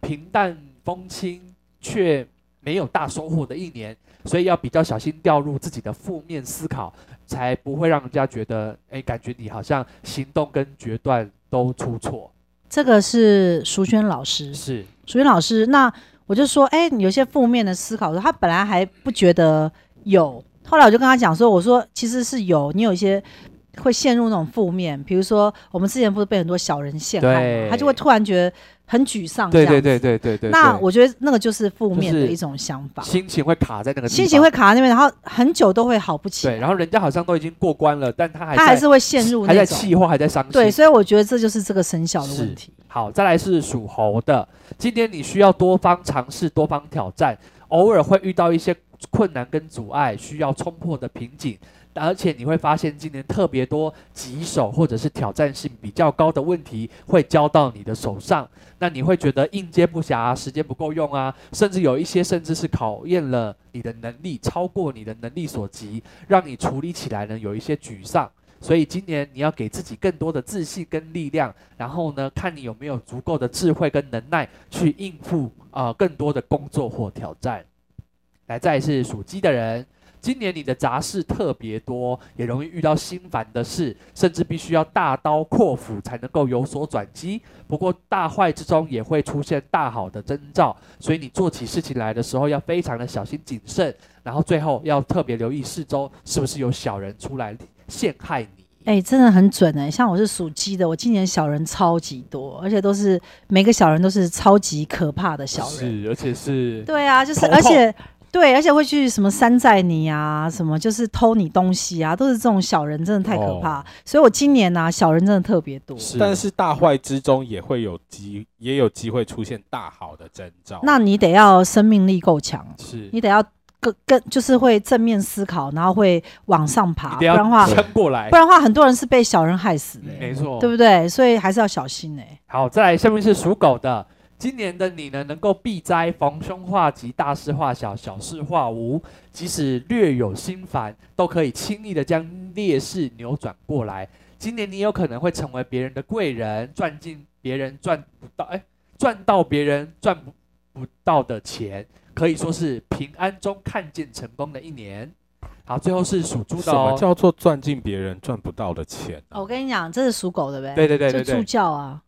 [SPEAKER 2] 平淡风轻，却没有大收获的一年，所以要比较小心掉入自己的负面思考，才不会让人家觉得，哎，感觉你好像行动跟决断都出错。
[SPEAKER 1] 这个是淑娟老师。
[SPEAKER 2] 是。
[SPEAKER 1] 淑云老师，那我就说，哎、你有些负面的思考，他本来还不觉得有，后来我就跟他讲说，我说其实是有，你有一些会陷入那种负面，比如说我们之前不是被很多小人陷害
[SPEAKER 2] 对
[SPEAKER 1] 嘛，他就会突然觉得很沮丧。
[SPEAKER 2] 对
[SPEAKER 1] 这样
[SPEAKER 2] 对
[SPEAKER 1] 子
[SPEAKER 2] 对对对对，
[SPEAKER 1] 那
[SPEAKER 2] 对
[SPEAKER 1] 我觉得那个就是负面
[SPEAKER 2] 就
[SPEAKER 1] 的
[SPEAKER 2] 是
[SPEAKER 1] 一种想法，
[SPEAKER 2] 心情会卡在那个地
[SPEAKER 1] 心情会
[SPEAKER 2] 方
[SPEAKER 1] 卡在那边，然后很久都会好不起
[SPEAKER 2] 对，
[SPEAKER 1] 来，
[SPEAKER 2] 然后人家好像都已经过关了，但他还
[SPEAKER 1] 他还
[SPEAKER 2] 在
[SPEAKER 1] 是会陷入
[SPEAKER 2] 还
[SPEAKER 1] 那
[SPEAKER 2] 在
[SPEAKER 1] 种。
[SPEAKER 2] 气或还在伤心。
[SPEAKER 1] 对，所以我觉得这就是这个生肖的
[SPEAKER 2] 是
[SPEAKER 1] 问题。
[SPEAKER 2] 好，再来是属猴的，今天你需要多方尝试、多方挑战，偶尔会遇到一些困难跟阻碍，需要冲破的瓶颈。而且你会发现，今年特别多棘手或者是挑战性比较高的问题会交到你的手上，那你会觉得应接不暇、啊，时间不够用啊，甚至有一些甚至是考验了你的能力，超过你的能力所及，让你处理起来呢有一些沮丧。所以今年你要给自己更多的自信跟力量，然后呢，看你有没有足够的智慧跟能耐去应付啊、呃更多的工作或挑战。来，再来是属鸡的人，今年你的杂事特别多，也容易遇到心烦的事，甚至必须要大刀阔斧才能够有所转机。不过大坏之中也会出现大好的征兆，所以你做起事情来的时候要非常的小心谨慎，然后最后要特别留意四周是不是有小人出来陷害你。
[SPEAKER 1] 哎、真的很准哎、像我是属鸡的，我今年小人超级多，而且都是每个小人都是超级可怕的小人。
[SPEAKER 3] 是，而且是
[SPEAKER 1] 对啊，就是
[SPEAKER 2] 头
[SPEAKER 1] 而且对，而且会去什么山寨你啊，什么就是偷你东西啊，都是这种小人，真的太可怕。所以我今年呢、啊，小人真的特别多。
[SPEAKER 2] 哦是
[SPEAKER 3] 但是大坏之中也会有机，也有机会出现大好的征兆。
[SPEAKER 1] 那你得要生命力够强，
[SPEAKER 3] 是
[SPEAKER 1] 你得要更更就是会正面思考，然后会往上爬，
[SPEAKER 2] 一
[SPEAKER 1] 不
[SPEAKER 2] 定要
[SPEAKER 1] 然的话
[SPEAKER 3] 对
[SPEAKER 2] 撑过来
[SPEAKER 1] 不。然的话，很多人是被小人害死的、欸
[SPEAKER 2] 没错，
[SPEAKER 1] 对不对？所以还是要小心哎、
[SPEAKER 2] 好，再来，下面是属狗的。今年的你呢，能够避灾，逢凶化吉，大事化小，小事化无。即使略有心烦，都可以轻易的将劣势扭转过来。今年你有可能会成为别人的贵人，赚进别人赚不到，哎，赚到别人赚不不到的钱，可以说是平安中看见成功的一年。好，最后是属猪
[SPEAKER 3] 什
[SPEAKER 2] 的哦
[SPEAKER 3] 么。叫做赚进别人赚不到的钱
[SPEAKER 1] 哦，
[SPEAKER 3] 啊？
[SPEAKER 1] 我跟你讲，这是属狗的呗，
[SPEAKER 2] 对对对对
[SPEAKER 1] 就助
[SPEAKER 2] 对，
[SPEAKER 1] 教啊，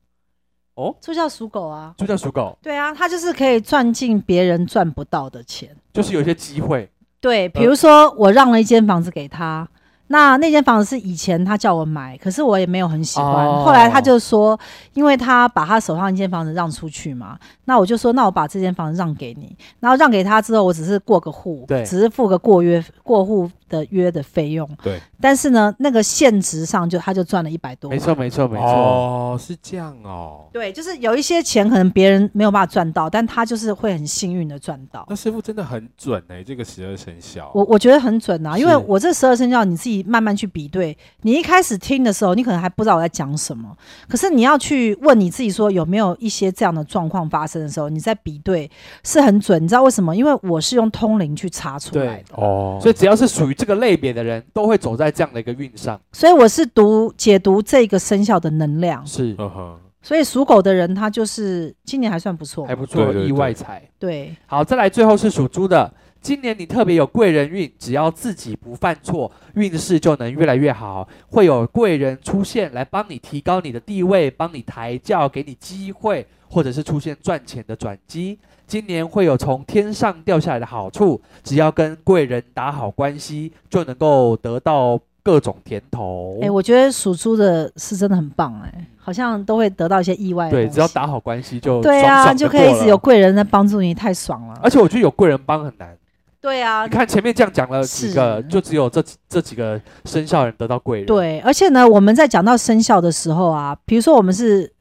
[SPEAKER 2] 哦，
[SPEAKER 1] 助教属狗啊，
[SPEAKER 2] 猪叫属狗，
[SPEAKER 1] 对啊，他就是可以赚进别人赚不到的钱。
[SPEAKER 2] 就是有一些机会，呃
[SPEAKER 1] 对，比如说我让了一间房子给他，那那间房子是以前他叫我买，可是我也没有很喜欢。
[SPEAKER 2] 哦
[SPEAKER 1] 后来他就说，因为他把他手上一间房子让出去嘛，那我就说，那我把这间房子让给你，然后让给他之后，我只是过个户，
[SPEAKER 2] 对
[SPEAKER 1] 只是付个过约过户的约的费用，
[SPEAKER 3] 对，
[SPEAKER 1] 但是呢，那个现值上就他就赚了一百多
[SPEAKER 2] 没。错没错没错。
[SPEAKER 3] 哦，是这样哦。
[SPEAKER 1] 对，就是有一些钱可能别人没有办法赚到，但他就是会很幸运的赚到。
[SPEAKER 3] 那师傅真的很准哎、这个十二生肖。
[SPEAKER 1] 我我觉得很准啊，因为
[SPEAKER 2] 是
[SPEAKER 1] 我这十二生肖你自己慢慢去比对，你一开始听的时候，你可能还不知道我在讲什么，可是你要去问你自己说有没有一些这样的状况发生的时候，你在比对是很准。你知道为什么？因为我是用通灵去查出来的，
[SPEAKER 3] 哦
[SPEAKER 2] 所以只要是属于这个类别的人，都会走在这样的一个运上。
[SPEAKER 1] 所以我是读解读这个生肖的能量。
[SPEAKER 2] 是
[SPEAKER 3] 嗯哼，
[SPEAKER 1] 所以属狗的人他就是今年还算不错
[SPEAKER 2] 还，不错，
[SPEAKER 3] 对对对
[SPEAKER 2] 意外财。
[SPEAKER 1] 对，
[SPEAKER 2] 好，再来最后是属猪的，今年你特别有贵人运，只要自己不犯错，运势就能越来越好，会有贵人出现来帮你提高你的地位，帮你抬轿，给你机会，或者是出现赚钱的转机。今年会有从天上掉下来的好处，只要跟贵人打好关系，就能够得到各种甜头。
[SPEAKER 1] 哎、我觉得属猪的是真的很棒、哎，好像都会得到一些意外的东
[SPEAKER 2] 对，
[SPEAKER 1] 西。
[SPEAKER 2] 只要打好关系就
[SPEAKER 1] 哎对
[SPEAKER 2] 爽
[SPEAKER 1] 啊，
[SPEAKER 2] 爽
[SPEAKER 1] 就
[SPEAKER 2] 地
[SPEAKER 1] 可以
[SPEAKER 2] 过
[SPEAKER 1] 一直
[SPEAKER 2] 了
[SPEAKER 1] 有贵人在帮助你，太爽了。
[SPEAKER 2] 而且我觉得有贵人帮很难。
[SPEAKER 1] 对啊
[SPEAKER 2] 你，看前面这样讲了几个，
[SPEAKER 1] 是
[SPEAKER 2] 就只有这几这几个生肖人得到贵人。，
[SPEAKER 1] 对，而且呢，我们在讲到生肖的时候啊，比如说我们是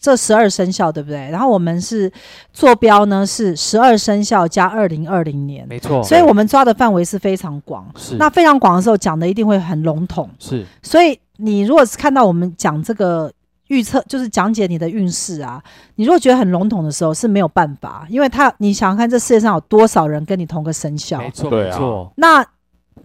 [SPEAKER 1] 这十二生肖，对不对？然后我们是坐标呢是十二生肖加二零二零年，
[SPEAKER 2] 没错。
[SPEAKER 1] 所以我们抓的范围是非常广。
[SPEAKER 2] 是
[SPEAKER 1] 那非常广的时候讲的一定会很笼统，
[SPEAKER 2] 是
[SPEAKER 1] 所以你如果是看到我们讲这个预测，就是讲解你的运势啊，你如果觉得很笼统的时候是没有办法，因为他你想想看，这世界上有多少人跟你同个生肖？
[SPEAKER 2] 没错
[SPEAKER 3] 对
[SPEAKER 2] 没
[SPEAKER 3] 啊
[SPEAKER 2] 错，
[SPEAKER 1] 那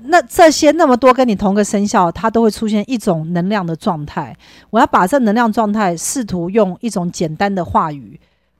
[SPEAKER 1] 那这些那么多跟你同个生肖，它都会出现一种能量的状态。我要把这能量状态试图用一种简单的话语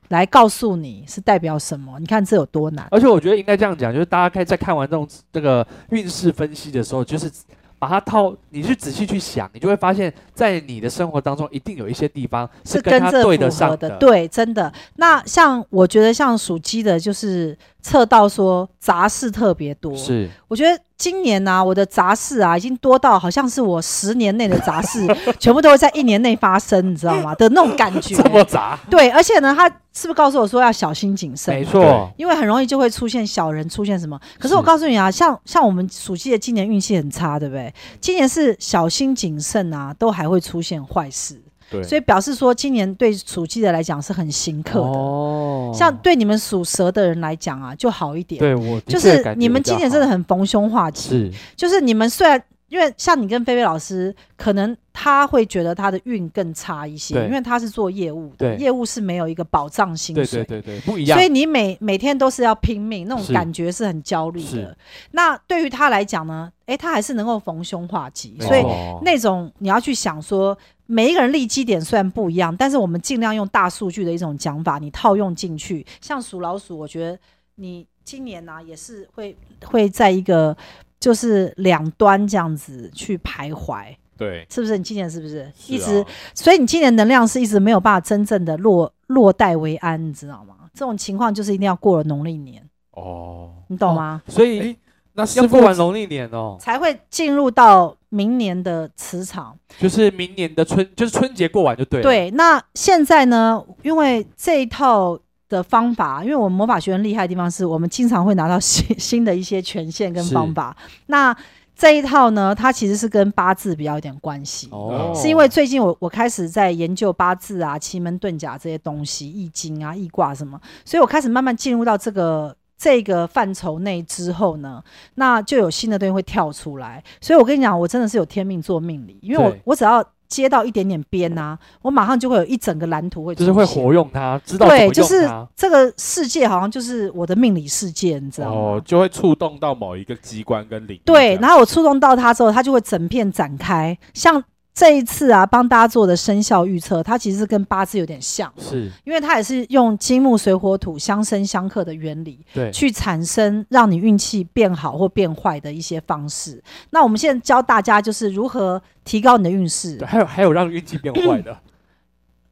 [SPEAKER 1] 来告诉你是代表什么。你看这有多难？
[SPEAKER 2] 而且我觉得应该这样讲，就是大家可以在看完这种这个运势分析的时候，就是把它套，你去仔细去想，你就会发现，在你的生活当中，一定有一些地方
[SPEAKER 1] 是
[SPEAKER 2] 跟
[SPEAKER 1] 跟
[SPEAKER 2] 它
[SPEAKER 1] 这
[SPEAKER 2] 对得
[SPEAKER 1] 符合
[SPEAKER 2] 上
[SPEAKER 1] 的，。对，真的。那像我觉得像属鸡的，就是测到说杂事特别多。
[SPEAKER 2] 是
[SPEAKER 1] 我觉得今年呢、我的杂事啊，已经多到好像是我十年内的杂事， 全部都会在一年内发生，你知道吗？的那种感觉
[SPEAKER 2] 这。么杂，
[SPEAKER 1] 对，而且呢，他是不是告诉我说要小心谨慎？
[SPEAKER 2] 嗯
[SPEAKER 1] 啊
[SPEAKER 2] 没错，
[SPEAKER 1] 因为很容易就会出现小人，出现什么？可是我
[SPEAKER 2] 是
[SPEAKER 1] 告诉你啊，像像我们暑期的今年运气很差，对不对？今年是小心谨慎啊，都还会出现坏事，
[SPEAKER 3] 对，
[SPEAKER 1] 所以表示说今年对暑期的来讲是很辛刻的。
[SPEAKER 2] 哦
[SPEAKER 1] 像对你们属蛇的人来讲啊，就好一点。
[SPEAKER 2] 对我的
[SPEAKER 1] 就
[SPEAKER 2] 确
[SPEAKER 1] 是
[SPEAKER 2] 感觉
[SPEAKER 1] 你们
[SPEAKER 2] 比较
[SPEAKER 1] 今年真的
[SPEAKER 2] 好
[SPEAKER 1] 很逢凶化吉，
[SPEAKER 2] 是
[SPEAKER 1] 就是你们虽然因为像你跟菲菲老师，可能他会觉得他的运更差一些，
[SPEAKER 2] 对
[SPEAKER 1] 因为他是做业务的，
[SPEAKER 2] 对
[SPEAKER 1] 业务是没有一个保障薪
[SPEAKER 2] 对
[SPEAKER 1] 水
[SPEAKER 2] 对
[SPEAKER 1] 的。
[SPEAKER 2] 对对，不一样
[SPEAKER 1] 所以，你每每天都是要拼命，那种
[SPEAKER 2] 是
[SPEAKER 1] 感觉是很焦虑的
[SPEAKER 2] 是。
[SPEAKER 1] 那对于他来讲呢，诶，他还是能够逢凶化吉，
[SPEAKER 2] 没
[SPEAKER 1] 所以
[SPEAKER 2] 错
[SPEAKER 3] 哦
[SPEAKER 1] 那种你要去想说，每一个人利基点虽然不一样，但是我们尽量用大数据的一种讲法，你套用进去。像属老鼠，我觉得你今年呢、也是会会在一个就是两端这样子去徘徊，
[SPEAKER 3] 对，
[SPEAKER 1] 是不是？你今年是不是
[SPEAKER 3] 是
[SPEAKER 1] 一
[SPEAKER 3] 啊
[SPEAKER 1] 直？所以你今年能量是一直没有办法真正的落落袋为安，你知道吗？这种情况就是一定要过了农历年，
[SPEAKER 3] 哦，
[SPEAKER 1] 你懂吗？
[SPEAKER 2] 所以
[SPEAKER 3] 哎，那
[SPEAKER 2] 要
[SPEAKER 3] 师傅
[SPEAKER 2] 过完农历年哦，
[SPEAKER 1] 才会进入到明年的磁场。
[SPEAKER 2] 就是明年的春，就是春节过完就对了。
[SPEAKER 1] 对，那现在呢？因为这一套的方法，因为我们魔法学院厉害的地方是我们经常会拿到 新新的一些权限跟
[SPEAKER 2] 是
[SPEAKER 1] 方法。那这一套呢，它其实是跟八字比较有点关系。
[SPEAKER 2] 哦，
[SPEAKER 1] 是因为最近我我开始在研究八字啊、奇门遁甲这些东西、易经啊、易卦什么，所以我开始慢慢进入到这个这个范畴内之后呢，那就有新的东西会跳出来。所以我跟你讲，我真的是有天命做命理，因为我
[SPEAKER 2] 对
[SPEAKER 1] 我只要接到一点点边啊，我马上就会有一整个蓝图会
[SPEAKER 2] 就是会
[SPEAKER 1] 出现
[SPEAKER 2] 活用它，知道怎么
[SPEAKER 1] 对，
[SPEAKER 2] 用
[SPEAKER 1] 就是
[SPEAKER 2] 它。
[SPEAKER 1] 这个世界好像就是我的命理世界，你知道吗？
[SPEAKER 3] 哦，就会触动到某一个机关跟领域
[SPEAKER 1] 啊
[SPEAKER 3] 这
[SPEAKER 1] 对，
[SPEAKER 3] 样。
[SPEAKER 1] 然后我触动到它之后，它就会整片展开。像这一次啊，帮大家做的生肖预测，它其实跟八字有点像，
[SPEAKER 2] 是，
[SPEAKER 1] 因为它也是用金木水火土相生相克的原理
[SPEAKER 2] 对，
[SPEAKER 1] 去产生让你运气变好或变坏的一些方式。那我们现在教大家就是如何提高你的运势
[SPEAKER 2] 对。还有还有让运气变坏的，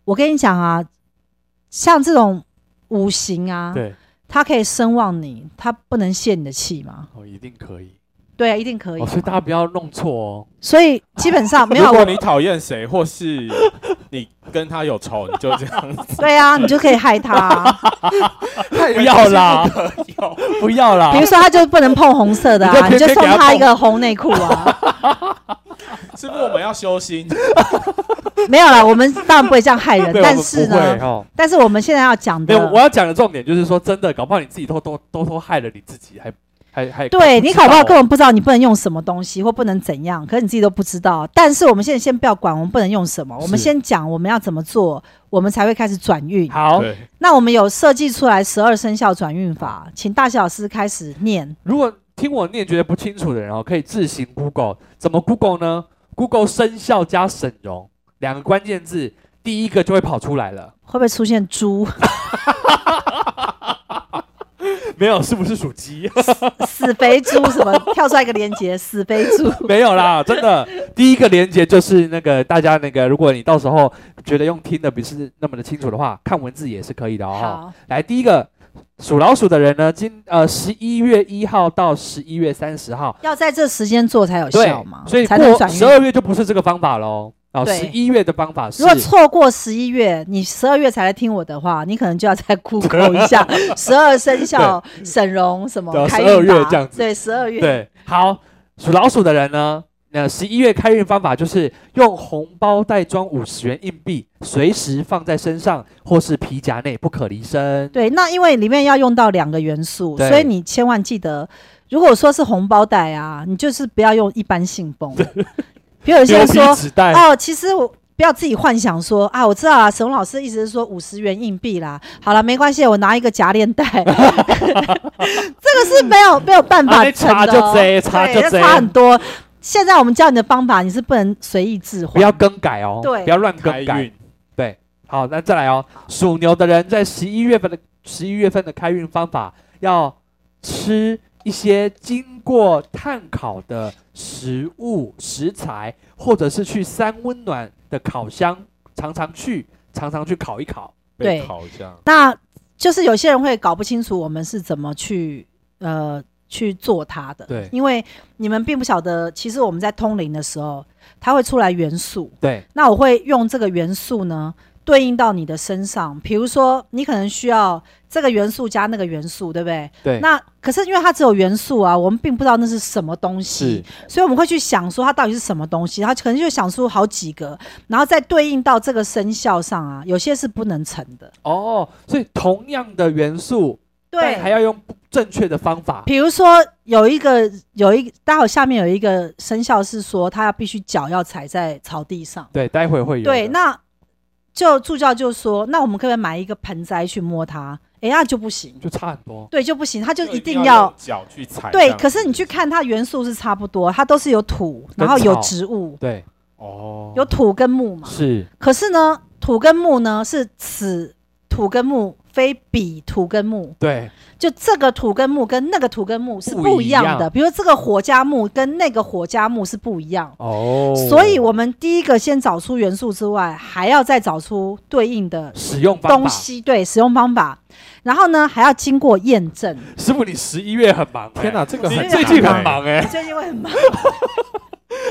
[SPEAKER 1] 我跟你讲啊，像这种五行啊，
[SPEAKER 2] 对，
[SPEAKER 1] 它可以声望你，它不能泄你的气嘛。
[SPEAKER 2] 哦，一定可以。
[SPEAKER 1] 对啊，一定可以
[SPEAKER 2] 哦，。所以大家不要弄错 哦。
[SPEAKER 1] 所以基本 上没有
[SPEAKER 3] 如
[SPEAKER 1] 我
[SPEAKER 3] 果你讨厌谁，或是你跟他有仇，你就这样 子
[SPEAKER 1] 对啊，你就可以害他 啊、
[SPEAKER 2] 不要啦， 不要啦
[SPEAKER 1] 比。如说，他就哦不能碰红色的啊，
[SPEAKER 2] 你
[SPEAKER 1] 你
[SPEAKER 2] 就
[SPEAKER 1] 就
[SPEAKER 2] 天天
[SPEAKER 1] 送
[SPEAKER 2] 给他
[SPEAKER 1] 他一个红内裤 啊。
[SPEAKER 3] 是不是我们要修心？
[SPEAKER 1] 没有啦，我们当然不会这样害人
[SPEAKER 2] 对，，我
[SPEAKER 1] 但
[SPEAKER 2] 们
[SPEAKER 1] 是
[SPEAKER 2] 不会
[SPEAKER 1] 呢，嗯
[SPEAKER 2] 哦。
[SPEAKER 1] 但是我们现在要讲
[SPEAKER 2] 没有，我
[SPEAKER 1] 的，
[SPEAKER 2] 要讲的重点就是说，真的，搞不好你自己偷偷偷偷害了你自己，还还还
[SPEAKER 1] 对你搞不
[SPEAKER 2] 搞不知道
[SPEAKER 1] 好
[SPEAKER 2] 哦
[SPEAKER 1] 根本不知道你不能用什么东西或不能怎样，可是你自己都不知道。但是我们现在先不要管我们不能用什么，我们
[SPEAKER 2] 是
[SPEAKER 1] 先讲我们要怎么做，我们才会开始转运。
[SPEAKER 2] 好。
[SPEAKER 3] 对，
[SPEAKER 1] 那我们有设计出来十二生肖转运法，请大小老师开始念。
[SPEAKER 2] 如果听我念觉得不清楚的人哦，可以自行 Google。怎么 Google 呢？Google 生肖加整容两个关键字，第一个就会跑出来了。
[SPEAKER 1] 会不会出现猪、
[SPEAKER 2] 没有，是不是属鸡？
[SPEAKER 1] 死肥猪什么？跳出来一个连接，死肥猪。
[SPEAKER 2] 没有啦，真的。第一个连接就是那个大家那个，如果你到时候觉得用听的不是那么的清楚的话，看文字也是可以的哦。
[SPEAKER 1] 好，
[SPEAKER 2] 来，第一个属老鼠的人呢，今呃十一月一号到十一月三十号，
[SPEAKER 1] 要在这时间做才有
[SPEAKER 2] 对
[SPEAKER 1] 效嘛，，
[SPEAKER 2] 所以
[SPEAKER 1] 才能
[SPEAKER 2] 过
[SPEAKER 1] 转
[SPEAKER 2] 十
[SPEAKER 1] 运。
[SPEAKER 2] 二月就不是这个方法喽。哦，
[SPEAKER 1] 对
[SPEAKER 2] 十一月的方法是
[SPEAKER 1] 如果错过十一月，你十二月才来听我的话，你可能就要再 Google 一下十二生肖、沈荣什么
[SPEAKER 2] 对
[SPEAKER 1] 开
[SPEAKER 2] 12
[SPEAKER 1] 运
[SPEAKER 2] 月
[SPEAKER 1] 法
[SPEAKER 2] 这样子
[SPEAKER 1] 对，十二月。
[SPEAKER 2] 对，好，属老鼠的人呢，那十一月开运方法就是用红包袋装五十元硬币，随时放在身上或是皮夹内，不可离身。
[SPEAKER 1] 对，那因为里面要用到两个元素，
[SPEAKER 2] 对
[SPEAKER 1] 所以你千万记得，如果说是红包袋啊，你就是不要用一般信 封。比如有些人说，
[SPEAKER 2] 纸袋
[SPEAKER 1] 哦，其实我不要自己幻想说啊，我知道啊，沈龙老师意思是说五十元硬币啦。好了，没关系，我拿一个夹链袋， 这个是没有没有办
[SPEAKER 2] 啊
[SPEAKER 1] 法
[SPEAKER 2] 那
[SPEAKER 1] 成
[SPEAKER 2] 差
[SPEAKER 1] 的
[SPEAKER 2] 就
[SPEAKER 1] 哦、
[SPEAKER 2] 这差
[SPEAKER 1] 对
[SPEAKER 2] 就
[SPEAKER 1] 那
[SPEAKER 2] 这
[SPEAKER 1] 差很多。现在我们教你的方法，你是不能随意置换，
[SPEAKER 2] 不要更改哦，
[SPEAKER 1] 对
[SPEAKER 2] 不要乱更
[SPEAKER 3] 开
[SPEAKER 2] 改。
[SPEAKER 3] 运
[SPEAKER 2] 好，那再来哦，属牛的人在十一月份的十一月份的开运方法要吃。一些经过炭烤的食物食材，或者是去三温暖的烤箱，常常去，常常去烤一烤。
[SPEAKER 3] 被
[SPEAKER 1] 对
[SPEAKER 3] 考一下，
[SPEAKER 1] 那就是有些人会搞不清楚我们是怎么去呃去做它的。
[SPEAKER 2] 对
[SPEAKER 1] 因为你们并不晓得，其实我们在通灵的时候，它会出来元素。
[SPEAKER 2] 对
[SPEAKER 1] 那我会用这个元素呢，对应到你的身上。比如说，你可能需要这个元素加那个元素，对不对？
[SPEAKER 2] 对，
[SPEAKER 1] 那可是因为它只有元素啊，我们并不知道那是什么东西
[SPEAKER 2] 是，
[SPEAKER 1] 所以我们会去想说它到底是什么东西，然后可能就想出好几个，然后再对应到这个生肖上啊，有些是不能成的。
[SPEAKER 2] 哦，所以同样的元素，但还要用不正确的方法。
[SPEAKER 1] 比如说有一个有一，待会下面有一个生肖是说他要必须脚要踩在草地上。
[SPEAKER 2] 对，待会会有的。
[SPEAKER 1] 对，那就助教就说，那我们可不可以买一个盆栽去摸它？哎，那就不行，
[SPEAKER 2] 就差很多。
[SPEAKER 1] 对，就不行，它就一定
[SPEAKER 3] 要
[SPEAKER 1] 要
[SPEAKER 3] 用脚去踩这
[SPEAKER 1] 对。
[SPEAKER 3] 样子。
[SPEAKER 1] 可是你去看它元素是差不多，它都是有土，然后有
[SPEAKER 2] 草
[SPEAKER 1] 植物，
[SPEAKER 2] 对，
[SPEAKER 3] 哦，
[SPEAKER 1] 有土跟木嘛。
[SPEAKER 2] 是
[SPEAKER 1] 可是呢，土跟木呢是此土跟木，非彼土跟木。
[SPEAKER 2] 对
[SPEAKER 1] 就这个土跟木跟那个土跟木是
[SPEAKER 2] 不
[SPEAKER 1] 不
[SPEAKER 2] 一
[SPEAKER 1] 一样
[SPEAKER 2] 样
[SPEAKER 1] 的，比如说这个火加木跟那个火加木是不一样。
[SPEAKER 2] 哦。
[SPEAKER 1] 所以我们第一个先找出元素之外，还要再找出对应的
[SPEAKER 2] 使用方
[SPEAKER 1] 东
[SPEAKER 2] 法。
[SPEAKER 1] 西，对使用方法。然后呢，还要经过验证。
[SPEAKER 2] 师傅，你十一月很忙欸，
[SPEAKER 3] 天哪，这个
[SPEAKER 2] 你
[SPEAKER 3] 很
[SPEAKER 2] 最
[SPEAKER 3] 难
[SPEAKER 2] 近
[SPEAKER 3] 欸
[SPEAKER 2] 很忙哎。
[SPEAKER 1] 最近会很忙，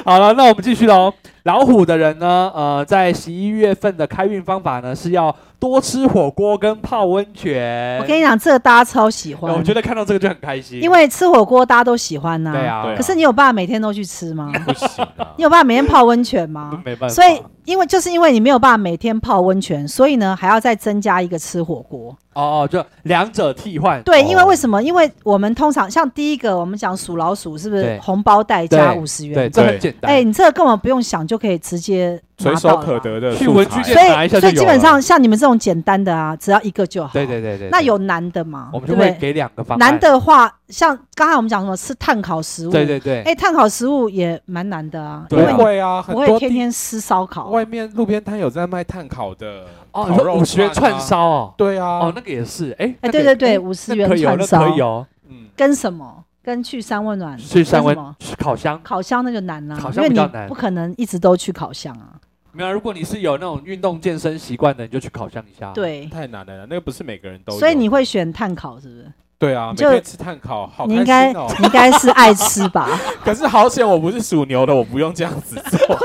[SPEAKER 2] 好了，那我们继续喽。老虎的人呢，呃，在十一月份的开运方法呢，是要多吃火锅跟泡温泉。
[SPEAKER 1] 我跟你讲，这个大家超喜
[SPEAKER 2] 呃哎我
[SPEAKER 1] 欢，
[SPEAKER 2] 觉得看到这个就很开心，
[SPEAKER 1] 因为吃火锅大家都喜欢呐、
[SPEAKER 2] 对啊，
[SPEAKER 3] 对啊
[SPEAKER 1] 可是你有办法每天都去吃吗？
[SPEAKER 3] 不行啊
[SPEAKER 1] 你，有办法每天泡温泉吗？
[SPEAKER 2] 没办法，
[SPEAKER 1] 所以，因为就是因为你没有办法每天泡温泉，所以呢，还要再增加一个吃火锅。
[SPEAKER 2] 哦哦，就两者替换。
[SPEAKER 1] 对，
[SPEAKER 2] 哦
[SPEAKER 1] 因为为什么？因为我们通常像第一个，我们讲数老鼠是不是
[SPEAKER 2] 对
[SPEAKER 1] 红包袋加
[SPEAKER 2] 对
[SPEAKER 1] 五十
[SPEAKER 2] 对，
[SPEAKER 1] 元？
[SPEAKER 2] 这很简单。
[SPEAKER 1] 哎、你这个根本不用想就可以直接拿
[SPEAKER 3] 垂
[SPEAKER 1] 到
[SPEAKER 3] 手
[SPEAKER 1] 了
[SPEAKER 3] 可
[SPEAKER 1] 嘛。
[SPEAKER 3] 得的
[SPEAKER 2] 去
[SPEAKER 3] 素
[SPEAKER 2] 文
[SPEAKER 3] 材
[SPEAKER 2] 具店
[SPEAKER 1] 所
[SPEAKER 2] 拿一
[SPEAKER 1] 以，
[SPEAKER 2] 下
[SPEAKER 1] 所以
[SPEAKER 2] 就
[SPEAKER 1] 基
[SPEAKER 2] 有
[SPEAKER 1] 本
[SPEAKER 2] 了
[SPEAKER 1] 上像你们这种简单的啊，只要一个就好。
[SPEAKER 2] 对对对对，
[SPEAKER 1] 那
[SPEAKER 2] 对
[SPEAKER 1] 有难的嘛？
[SPEAKER 2] 我们
[SPEAKER 1] 对
[SPEAKER 2] 就
[SPEAKER 1] 不
[SPEAKER 2] 会
[SPEAKER 1] 对？
[SPEAKER 2] 给两个方案。
[SPEAKER 1] 难的话，像刚才我们讲什么吃碳烤食物，
[SPEAKER 2] 对对对，
[SPEAKER 1] 哎、碳烤食物也蛮难的啊，因
[SPEAKER 2] 对
[SPEAKER 1] 为
[SPEAKER 2] 啊
[SPEAKER 1] 你
[SPEAKER 3] 不会啊，很
[SPEAKER 1] 不
[SPEAKER 3] 多
[SPEAKER 1] 会
[SPEAKER 3] 地
[SPEAKER 1] 天天吃烧烤。
[SPEAKER 3] 外面路边摊有在卖炭烤的
[SPEAKER 2] 哦，你
[SPEAKER 3] 烤
[SPEAKER 2] 说
[SPEAKER 3] 肉
[SPEAKER 2] 五十元
[SPEAKER 3] 串
[SPEAKER 2] 串
[SPEAKER 3] 啊，
[SPEAKER 2] 烧哦，
[SPEAKER 3] 对啊，
[SPEAKER 2] 哦，那个也是，哎，
[SPEAKER 1] 哎、
[SPEAKER 2] 那
[SPEAKER 1] 对
[SPEAKER 2] 个
[SPEAKER 1] 对对，
[SPEAKER 2] 哎
[SPEAKER 1] 五十
[SPEAKER 2] 那
[SPEAKER 1] 元
[SPEAKER 2] 可以哦
[SPEAKER 1] 串
[SPEAKER 2] 那
[SPEAKER 1] 烧
[SPEAKER 2] 可以哦，
[SPEAKER 3] 嗯，
[SPEAKER 1] 跟什么？跟去三温暖，
[SPEAKER 2] 去三温
[SPEAKER 1] 跟什么
[SPEAKER 2] 去烤箱。
[SPEAKER 1] 烤箱那就难啦、
[SPEAKER 2] 烤
[SPEAKER 1] 因
[SPEAKER 2] 箱
[SPEAKER 1] 为
[SPEAKER 2] 比
[SPEAKER 1] 你
[SPEAKER 2] 较难
[SPEAKER 1] 不可能一直都去烤箱啊。
[SPEAKER 2] 没有啊，如果你是有那种运动健身习惯的，你就去烤箱一下。，
[SPEAKER 1] 对，
[SPEAKER 3] 太难了啦，那个不是每个人都有，
[SPEAKER 1] 所以你会选碳烤是不是？
[SPEAKER 3] 对啊，每
[SPEAKER 1] 就
[SPEAKER 3] 天吃炭烤，好
[SPEAKER 1] 你
[SPEAKER 3] 开
[SPEAKER 1] 应该
[SPEAKER 3] 心哦。
[SPEAKER 1] 你应该是爱吃吧？
[SPEAKER 3] 可是好险，我不是属牛的，我不用这样 子做。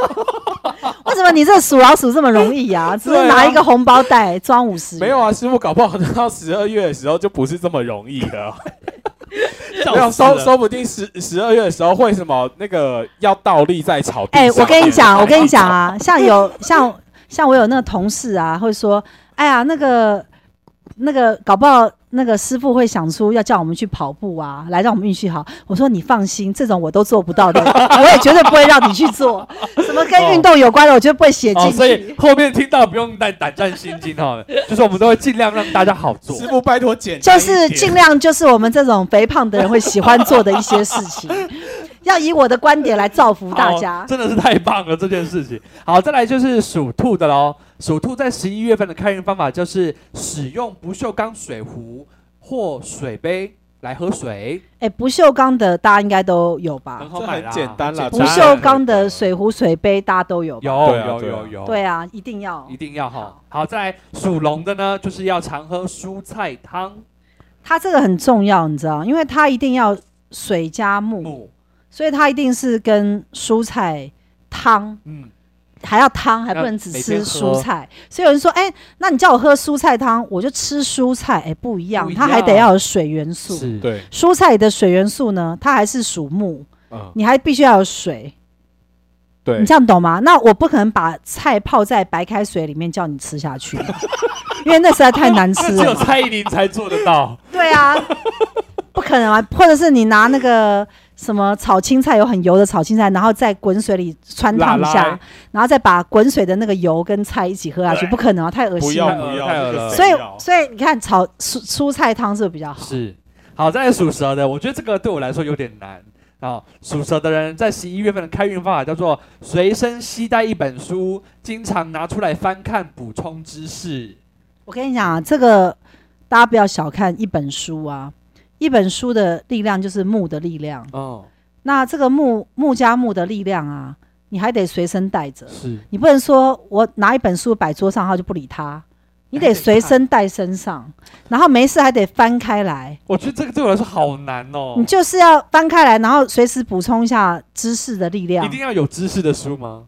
[SPEAKER 1] 为什么你这属老鼠这么容易啊？只是
[SPEAKER 3] 对啊
[SPEAKER 1] 拿一个红包袋装五十，
[SPEAKER 3] 没有，啊，师傅，搞不好到十二月的时候就不是这么容易 了。没有，说说不定十十二月的时候会什么那个要倒立在草地
[SPEAKER 1] 哎、
[SPEAKER 3] 上
[SPEAKER 1] 我跟你讲，我跟你讲啊，像有像像我有那个同事啊，会说，哎呀，那个那个，搞不好那个师傅会想出要叫我们去跑步啊，来让我们运气好。我说你放心，这种我都做不到的，我也绝对不会让你去做。什么跟运动有关的，我绝对不会写进
[SPEAKER 2] 哦，
[SPEAKER 1] 去。
[SPEAKER 2] 所以后面听到不用胆胆战心惊哈，就是我们都会尽量让大家好做
[SPEAKER 3] 师。傅，拜托简单
[SPEAKER 1] 就
[SPEAKER 3] 一点
[SPEAKER 1] 是尽量就是我们这种肥胖的人会喜欢做的一些事情，要以我的观点来造福大家
[SPEAKER 2] 哦。真的是太棒了这件事情。好，再来就是属兔的喽。属兔在十一月份的开运方法就是使用不锈钢水壶或水杯来喝水，
[SPEAKER 1] 哎、不锈钢的大家应该都有吧？
[SPEAKER 2] 很好
[SPEAKER 3] 啊这
[SPEAKER 2] 买啦。
[SPEAKER 3] 很简单啦，
[SPEAKER 2] 很
[SPEAKER 1] 不
[SPEAKER 2] 简单
[SPEAKER 1] 锈钢的水壶、水杯大家都有吧？
[SPEAKER 2] 有
[SPEAKER 3] 对啊
[SPEAKER 2] 有
[SPEAKER 3] 对啊
[SPEAKER 2] 有有，
[SPEAKER 1] 对，啊，一定要
[SPEAKER 2] 一。定要哈。好，再来属龙的呢，就是要常喝蔬菜汤
[SPEAKER 1] 它这个很重要，你知道，因为它一定要水加木，
[SPEAKER 2] 木，
[SPEAKER 1] 所以它一定是跟蔬菜汤。
[SPEAKER 2] 嗯，
[SPEAKER 1] 还要汤，还
[SPEAKER 2] 要
[SPEAKER 1] 不能只
[SPEAKER 2] 每
[SPEAKER 1] 吃
[SPEAKER 2] 天喝
[SPEAKER 1] 蔬菜。所以有人说：“哎、那你叫我喝蔬菜汤，我就吃蔬菜。哎，不一样，
[SPEAKER 2] 不一
[SPEAKER 1] 它还得
[SPEAKER 2] 样
[SPEAKER 1] 要有水元素。
[SPEAKER 2] 是，
[SPEAKER 3] 对，
[SPEAKER 1] 蔬菜里的水元素呢，它还是属木，
[SPEAKER 3] 嗯，
[SPEAKER 1] 你还必须要有水。
[SPEAKER 3] 对
[SPEAKER 1] 你，这样懂吗？那我不可能把菜泡在白开水里面叫你吃下去， 因为那实在太难吃啊
[SPEAKER 2] 啊只
[SPEAKER 1] 了
[SPEAKER 2] 有。蔡依林才做得到。
[SPEAKER 1] 对啊，不可能啊！或者是你拿那个什么炒青菜，有很油的炒青菜，然后在滚水里穿烫一
[SPEAKER 3] 拉
[SPEAKER 1] 下
[SPEAKER 3] 拉，
[SPEAKER 1] 然后再把滚水的那个油跟菜一起喝下去，不可能啊，太恶
[SPEAKER 3] 不
[SPEAKER 1] 心
[SPEAKER 3] 要
[SPEAKER 1] 了。
[SPEAKER 3] 不
[SPEAKER 2] 太恶了
[SPEAKER 3] 要，这个谁
[SPEAKER 1] 所以
[SPEAKER 3] 要，
[SPEAKER 1] 所以你看炒蔬蔬菜汤是不是比较好？
[SPEAKER 2] 是，好，再来属蛇的，我觉得这个对我来说有点难。啊，属蛇的人在十一月份的开运方法叫做随身携带一本书，经常拿出来翻看，补充知识。
[SPEAKER 1] 我跟你讲啊，这个大家不要小看一本书啊，一本书的力量就是木的力量。
[SPEAKER 2] 哦，
[SPEAKER 1] 那这个木木加木的力量啊，你还得随身带着。
[SPEAKER 2] 是
[SPEAKER 1] 你不能说我拿一本书摆桌上，然后就不理它，你得随身带身上，然后没事还得翻开来，
[SPEAKER 2] 我觉得这个对我来说好难哦
[SPEAKER 1] 你。就是要翻开来，然后随时补充一下知识的力量
[SPEAKER 2] 一。定要有知识的书吗？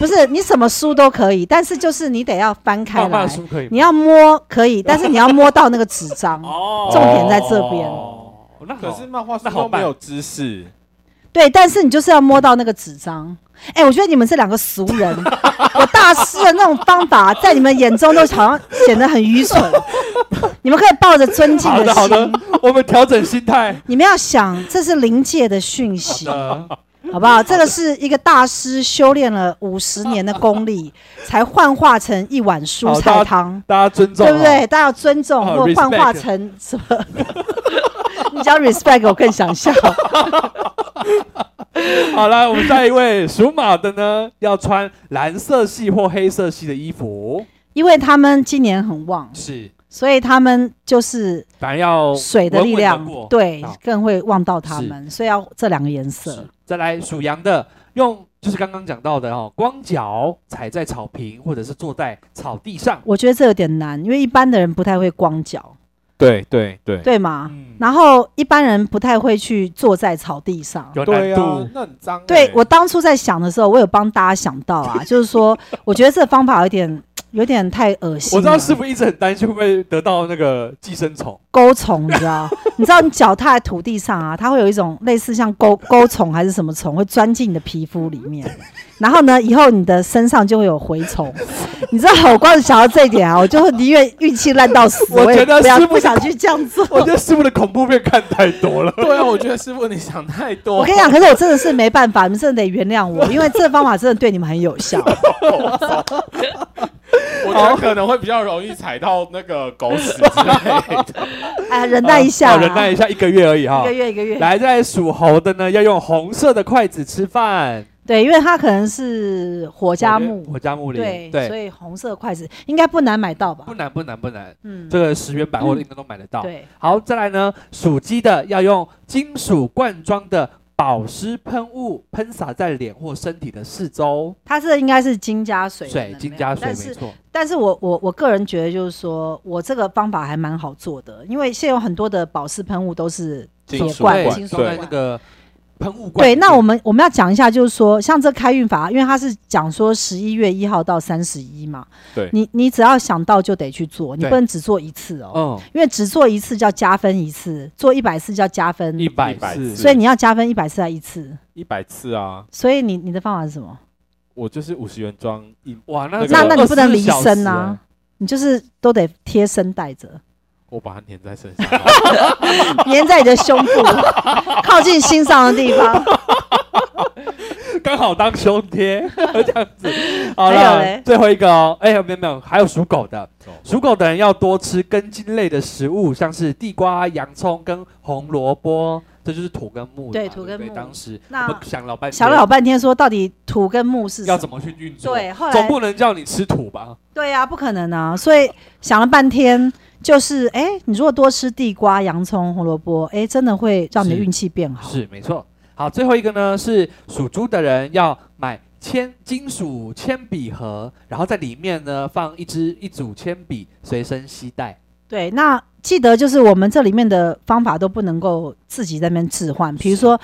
[SPEAKER 1] 不是你什么书都可以，但是就是你得要翻开
[SPEAKER 2] 漫画
[SPEAKER 1] 来
[SPEAKER 2] 的，书可以吗？
[SPEAKER 1] 你要摸可以，但是你要摸到那个纸张。
[SPEAKER 2] 哦
[SPEAKER 1] 重点在这边
[SPEAKER 2] 哦那
[SPEAKER 3] 可
[SPEAKER 2] 好
[SPEAKER 3] 是漫画书
[SPEAKER 2] 那好
[SPEAKER 3] 都没
[SPEAKER 2] 办
[SPEAKER 3] 有知识，
[SPEAKER 1] 对，但是你就是要摸到那个纸张。哎、我觉得你们这两个俗 人，我大师的那种方法，在你们眼中都好像显得很愚蠢。你们可以抱着尊敬
[SPEAKER 2] 好
[SPEAKER 1] 的
[SPEAKER 2] 的好的
[SPEAKER 1] 心，，
[SPEAKER 2] 我们调整心 态。
[SPEAKER 1] 你们要想，这是灵界的讯息，
[SPEAKER 2] 呃，
[SPEAKER 1] 好不好？这个是一个大师修炼了五十年的功 力，才幻化成一碗蔬
[SPEAKER 2] 好
[SPEAKER 1] 菜
[SPEAKER 2] 大
[SPEAKER 1] 汤。
[SPEAKER 2] 大家尊重，
[SPEAKER 1] 对不对？？大家要尊重，
[SPEAKER 2] 哦
[SPEAKER 1] 或幻化
[SPEAKER 2] respect
[SPEAKER 1] 成什么？ 你讲 respect，我更想笑。
[SPEAKER 2] 好了，我们下一位属马的呢，要穿蓝色系或黑色系的衣服，
[SPEAKER 1] 因为他们今年很旺，
[SPEAKER 2] 是，
[SPEAKER 1] 所以他们就是
[SPEAKER 2] 反正要
[SPEAKER 1] 水的
[SPEAKER 2] 稳
[SPEAKER 1] 力
[SPEAKER 2] 哦稳地
[SPEAKER 1] 量，
[SPEAKER 2] 过
[SPEAKER 1] 对
[SPEAKER 2] 好，
[SPEAKER 1] 更会旺到他们，所以要这两个颜色
[SPEAKER 2] 是。再来属羊的，用就是刚刚讲到的哦，光脚踩在草坪或者是坐在草地上，
[SPEAKER 1] 我觉得这有点难，因为一般的人不太会光脚，
[SPEAKER 3] 对对对，
[SPEAKER 1] 对吗？
[SPEAKER 2] 嗯，
[SPEAKER 1] 然后一般人不太会去坐在草地上。
[SPEAKER 2] 有难
[SPEAKER 3] 对啊
[SPEAKER 2] 度，，
[SPEAKER 3] 那很脏欸。。
[SPEAKER 1] 对我当初在想的时候，我有帮大家想到啊，就是说，我觉得这方法有点有点太恶心了。
[SPEAKER 2] 我知道师傅一直很担心会不会得到那个寄 生虫，
[SPEAKER 1] 钩虫，你知道？你知道你脚踏在土地上啊，它会有一种类似像钩钩虫还是什么虫，会钻进你的皮肤里面。然后呢，以后你的身上就会有蛔虫。你知道，我光是想到这一点啊，我就会宁愿运气烂到死，
[SPEAKER 2] 我
[SPEAKER 1] 我也
[SPEAKER 2] 觉得
[SPEAKER 1] 不要
[SPEAKER 2] 师傅
[SPEAKER 1] 不想去这样做。
[SPEAKER 2] 我觉得师傅的恐怖片看太多了
[SPEAKER 3] 对啊，我觉得师傅你想太多。
[SPEAKER 1] 我跟你讲，可是我真的是没办法，你们真的得原谅我，因为这方法真的对你们很有效。
[SPEAKER 3] 我觉得可能会比较容易踩到那个狗屎之类 的。
[SPEAKER 1] 哎，忍 耐一下啊、
[SPEAKER 2] 哦忍耐一下，一个月而已哈
[SPEAKER 1] 一个。月一个月。
[SPEAKER 2] 来，再来属猴的呢，要用红色的筷子吃饭。
[SPEAKER 1] 对，因为它可能是火加木，
[SPEAKER 2] 我家木林，
[SPEAKER 1] 对，所
[SPEAKER 2] 对，
[SPEAKER 1] 以红色筷子应该不难买到吧
[SPEAKER 2] 不？难不难不难，
[SPEAKER 1] 嗯，
[SPEAKER 2] 这个十元百货应该都买得到。
[SPEAKER 1] 对。
[SPEAKER 2] 好，再来呢，属鸡的要用金属罐装的保湿喷雾喷洒在脸或身体的四周，
[SPEAKER 1] 它是应该是金加水的能
[SPEAKER 2] 水
[SPEAKER 1] 量，
[SPEAKER 2] 金加水
[SPEAKER 1] 但
[SPEAKER 2] 没
[SPEAKER 1] 是
[SPEAKER 2] 错，
[SPEAKER 1] 但是我我我个人觉得就是说我这个方法还蛮好做的，因为现在有很多的保湿喷雾都是
[SPEAKER 3] 金
[SPEAKER 1] 铁
[SPEAKER 3] 属
[SPEAKER 1] 罐、
[SPEAKER 3] 罐
[SPEAKER 1] 金属
[SPEAKER 2] 装在
[SPEAKER 1] 罐
[SPEAKER 2] 那。个喷雾罐里
[SPEAKER 1] 对，
[SPEAKER 2] 面。
[SPEAKER 1] 那我们我们要讲一下，就是说，像这开运法，因为它是讲说十一月一号到三十一嘛，
[SPEAKER 3] 对
[SPEAKER 1] 你你只要想到就得去做，你
[SPEAKER 2] 对
[SPEAKER 1] 不能只做一次哦，
[SPEAKER 2] 嗯，
[SPEAKER 1] 因为只做一次叫加分一次，做一百次叫加分，
[SPEAKER 2] 一百
[SPEAKER 3] 100
[SPEAKER 2] 次，
[SPEAKER 3] 次
[SPEAKER 1] 所以你要加分一百次还一次，
[SPEAKER 3] 一百次啊，
[SPEAKER 1] 所以你你的方法是什么？
[SPEAKER 3] 我就是五十元装一，
[SPEAKER 2] 哇，那
[SPEAKER 3] 那
[SPEAKER 1] 那那
[SPEAKER 3] 个
[SPEAKER 1] 你不能离
[SPEAKER 2] 24
[SPEAKER 1] 身
[SPEAKER 2] 小时欸
[SPEAKER 1] 啊，，你就是都得贴身带着。
[SPEAKER 3] 我把它粘在身 上。
[SPEAKER 1] 粘在你的胸部，靠近心上的地方。
[SPEAKER 2] 刚好当胸贴 这样 子。好
[SPEAKER 1] 还有
[SPEAKER 2] 了
[SPEAKER 1] 嘞，
[SPEAKER 2] 最后一个哦，哎、没有没有，还有属狗的
[SPEAKER 3] 哦，
[SPEAKER 2] 属狗的人要多吃根茎类的食物，像是地瓜、洋葱跟红萝卜，这就是土跟木嘛。
[SPEAKER 1] 对
[SPEAKER 2] 不
[SPEAKER 1] 土跟木
[SPEAKER 2] 当时
[SPEAKER 1] 那
[SPEAKER 2] 我们想老半天
[SPEAKER 1] 想了老半天，说到底土跟木是什
[SPEAKER 2] 要
[SPEAKER 1] 么？
[SPEAKER 2] 怎么去运作，
[SPEAKER 1] 对，后
[SPEAKER 2] 总
[SPEAKER 1] 来
[SPEAKER 2] 不能叫你吃土吧？
[SPEAKER 1] 对呀、不可能啊！所以想了半天，就是哎、诶你如果多吃地瓜、洋葱、红萝卜，哎、真的会让你的
[SPEAKER 2] 是
[SPEAKER 1] 运气变好。
[SPEAKER 2] 是，没错。好，最后一个呢是属猪的人要买铅金属铅笔盒，然后在里面呢放一支一组铅笔随身携带。
[SPEAKER 1] 对，那记得就是我们这里面的方法都不能够自己在那边置换，比如说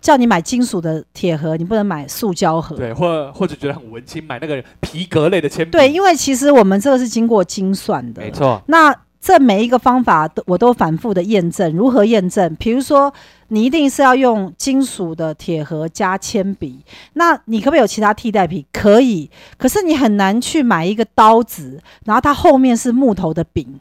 [SPEAKER 1] 叫你买金属的铁盒，你不能买塑胶盒。
[SPEAKER 2] 对，或或者觉得很文青，买那个皮革类的铅笔。
[SPEAKER 1] 对，因为其实我们这个是经过精算的，
[SPEAKER 2] 没错，
[SPEAKER 1] 那这每一个方法都我都反复的验证，如何验证？比如说，你一定是要用金属的铁盒加铅笔，那你可不可以有其他替代品？可以，可是你很难去买一个刀子，然后它后面是木头的柄，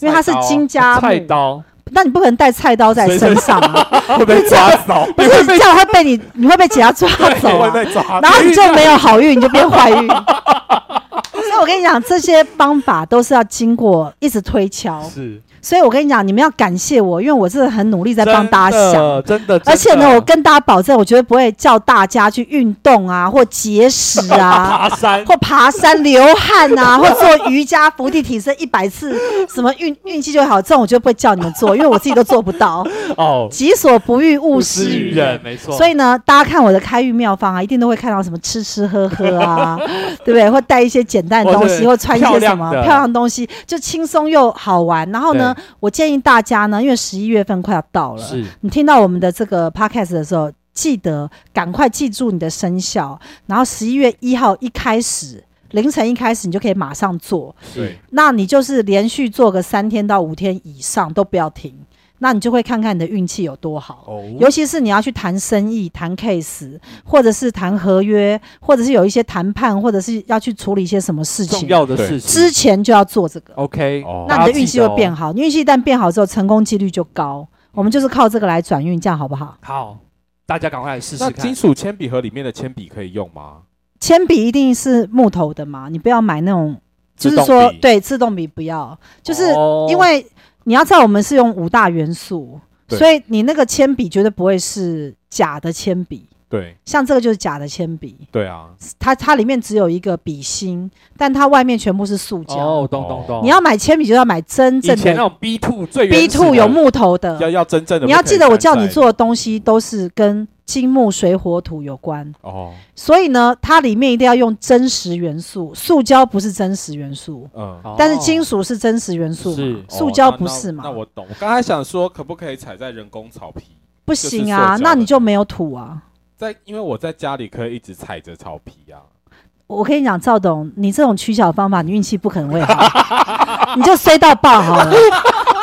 [SPEAKER 1] 因为它是金加木
[SPEAKER 2] 菜，刀
[SPEAKER 1] 那你不可能带菜刀在身上啊，
[SPEAKER 3] 会被抓走，
[SPEAKER 1] 不是这样会被你你会被警察抓走啊
[SPEAKER 3] 会。被抓
[SPEAKER 1] 然后你就没有好运，你就变坏运。 所以我跟你讲，这些方法都是要经过一直推敲，
[SPEAKER 2] 是
[SPEAKER 1] 所以我跟你讲，你们要感谢我，因为我真的很努力在帮大家想。
[SPEAKER 2] 真的，真的。
[SPEAKER 1] 而且呢，我
[SPEAKER 2] 跟
[SPEAKER 1] 跟大家保证，我绝对不会叫大家去运动啊，或节食啊，
[SPEAKER 2] 爬山，
[SPEAKER 1] 或爬山、流汗啊，或做瑜伽、伏地挺身一百次，什么运运气就会好。这种我绝对不会叫你们做，因为我自己都做不到。
[SPEAKER 2] 哦，
[SPEAKER 1] 己所不欲，勿
[SPEAKER 2] 施
[SPEAKER 1] 施于
[SPEAKER 2] 于
[SPEAKER 1] 人。
[SPEAKER 2] 人，没错。
[SPEAKER 1] 所以呢，大家看我的开运妙方啊，一定都会看到什么吃吃喝喝 啊，对不对？或带一些简单的东
[SPEAKER 2] 或
[SPEAKER 1] 西，
[SPEAKER 2] 是
[SPEAKER 1] 或穿一些什么
[SPEAKER 2] 漂亮的
[SPEAKER 1] 漂亮的东西，就轻松又好玩。然后呢，我建议大家呢，因为十一月份快要到了，
[SPEAKER 2] 是
[SPEAKER 1] 你听到我们的这个 podcast 的时候，记得赶快记住你的生肖，然后十一月一号一开始。凌晨一开始，你就可以马上做，
[SPEAKER 2] 是
[SPEAKER 3] 对，
[SPEAKER 1] 那你就是连续做个三天到五天以上都不要停，那你就会看看你的运气有多好。
[SPEAKER 3] 哦，
[SPEAKER 1] 尤其是你要去谈生意、谈 case，或者是谈合约，或者是有一些谈判，或者是要去处理一些什么事
[SPEAKER 2] 重
[SPEAKER 1] 情，
[SPEAKER 2] 要的
[SPEAKER 3] 对
[SPEAKER 2] 事
[SPEAKER 1] 之
[SPEAKER 2] 情。
[SPEAKER 1] 前就要做这个。
[SPEAKER 2] OK，
[SPEAKER 3] 哦
[SPEAKER 1] 那你的运气会
[SPEAKER 2] 大家记得哦
[SPEAKER 1] 变好，你运气一旦变好之后，成功几率就高。我们就是靠这个来转运，这样好不好？
[SPEAKER 2] 好，大家赶快来试
[SPEAKER 3] 那
[SPEAKER 2] 试看
[SPEAKER 3] 金。属铅笔盒里面的铅笔可以用吗？
[SPEAKER 1] 铅笔一定是木头的嘛，你不要买那种，就
[SPEAKER 3] 自
[SPEAKER 1] 是
[SPEAKER 3] 动
[SPEAKER 1] 说
[SPEAKER 3] 笔
[SPEAKER 1] 对自动笔不要，就是
[SPEAKER 2] 哦
[SPEAKER 1] 因为你要知道我们是用五大元素，
[SPEAKER 3] 对
[SPEAKER 1] 所以你那个铅笔绝对不会是假的铅笔，
[SPEAKER 3] 对
[SPEAKER 1] 像这个就是假的铅笔。
[SPEAKER 3] 对啊，
[SPEAKER 1] 它它里面只有一个笔芯，但它外面全部是塑胶。
[SPEAKER 2] 哦，懂懂懂。
[SPEAKER 1] 你要买铅笔就要买真
[SPEAKER 2] 以
[SPEAKER 1] 正
[SPEAKER 2] 前那
[SPEAKER 1] 的
[SPEAKER 2] 种 B two 最
[SPEAKER 1] B
[SPEAKER 2] 原始
[SPEAKER 1] two
[SPEAKER 2] 的
[SPEAKER 1] 有木头
[SPEAKER 3] 要
[SPEAKER 1] 的。
[SPEAKER 3] 要真正的
[SPEAKER 1] 嗯你
[SPEAKER 3] 不可以沾
[SPEAKER 1] 要
[SPEAKER 3] 塞。
[SPEAKER 1] 记得，我叫你做的东西都是跟金木水火土有关，
[SPEAKER 3] 哦，
[SPEAKER 1] 所以呢，它里面一定要用真实元素。塑胶不是真实元素，
[SPEAKER 3] 嗯，
[SPEAKER 2] 哦
[SPEAKER 1] 但是金属是真实元素嘛，
[SPEAKER 2] 是
[SPEAKER 1] 塑
[SPEAKER 3] 哦
[SPEAKER 1] 胶
[SPEAKER 3] 那
[SPEAKER 1] 不
[SPEAKER 3] 那
[SPEAKER 1] 是嘛
[SPEAKER 3] 那？我懂，我刚才想说，可不可以踩在人工草皮？
[SPEAKER 1] 不行啊
[SPEAKER 3] 就，是塑胶
[SPEAKER 1] 那
[SPEAKER 3] 的
[SPEAKER 1] 你就没有土啊。
[SPEAKER 3] 在因为我在家里可以一直踩着草皮啊。
[SPEAKER 1] 我跟你讲，赵董，你这种取巧方法，你运气不可能会好，你就衰到爆好了。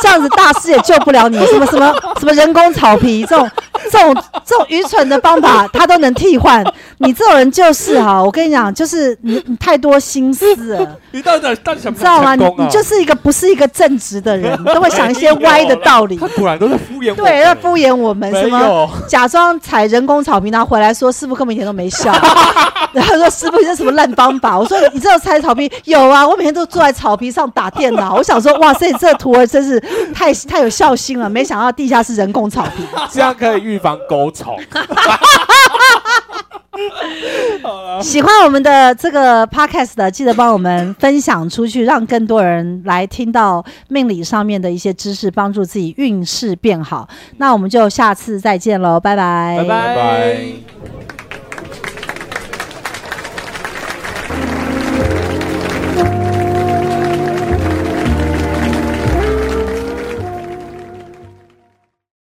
[SPEAKER 1] 这样子大师也救不了你，什么什么什么人工草皮这种这种这种愚蠢的方法，他都能替换。你这种人就是哈，我跟你讲，就是你你太多心思了，
[SPEAKER 2] 你到底到底想
[SPEAKER 1] 你
[SPEAKER 2] 不
[SPEAKER 1] 知道
[SPEAKER 2] 想
[SPEAKER 1] 吗？
[SPEAKER 2] 成
[SPEAKER 1] 你
[SPEAKER 2] 功啊？
[SPEAKER 1] 你就是一个不是一个正直的人，你都会想一些歪的道理
[SPEAKER 2] 他。果然都在敷衍我。
[SPEAKER 1] 对，要敷衍我们
[SPEAKER 3] 没
[SPEAKER 1] 什么
[SPEAKER 3] 有，
[SPEAKER 1] 假装踩人工草坪，然后回来说师傅根本一点都没笑。 然后说师傅你这什么烂方法？我说你知道踩草坪有啊，我每天都坐在草坪上打电脑。我想说哇塞，这徒儿真是太太有孝心了，没想到地下室人工草 坪。
[SPEAKER 3] 这样可以预防狗虫。
[SPEAKER 1] 喜欢我们的这个 podcast 的，记得帮我们分享出去，让更多人来听到命理上面的一些知识，帮助自己运势变好。那我们就下次再见喽，拜拜，
[SPEAKER 2] 拜拜
[SPEAKER 3] 拜拜。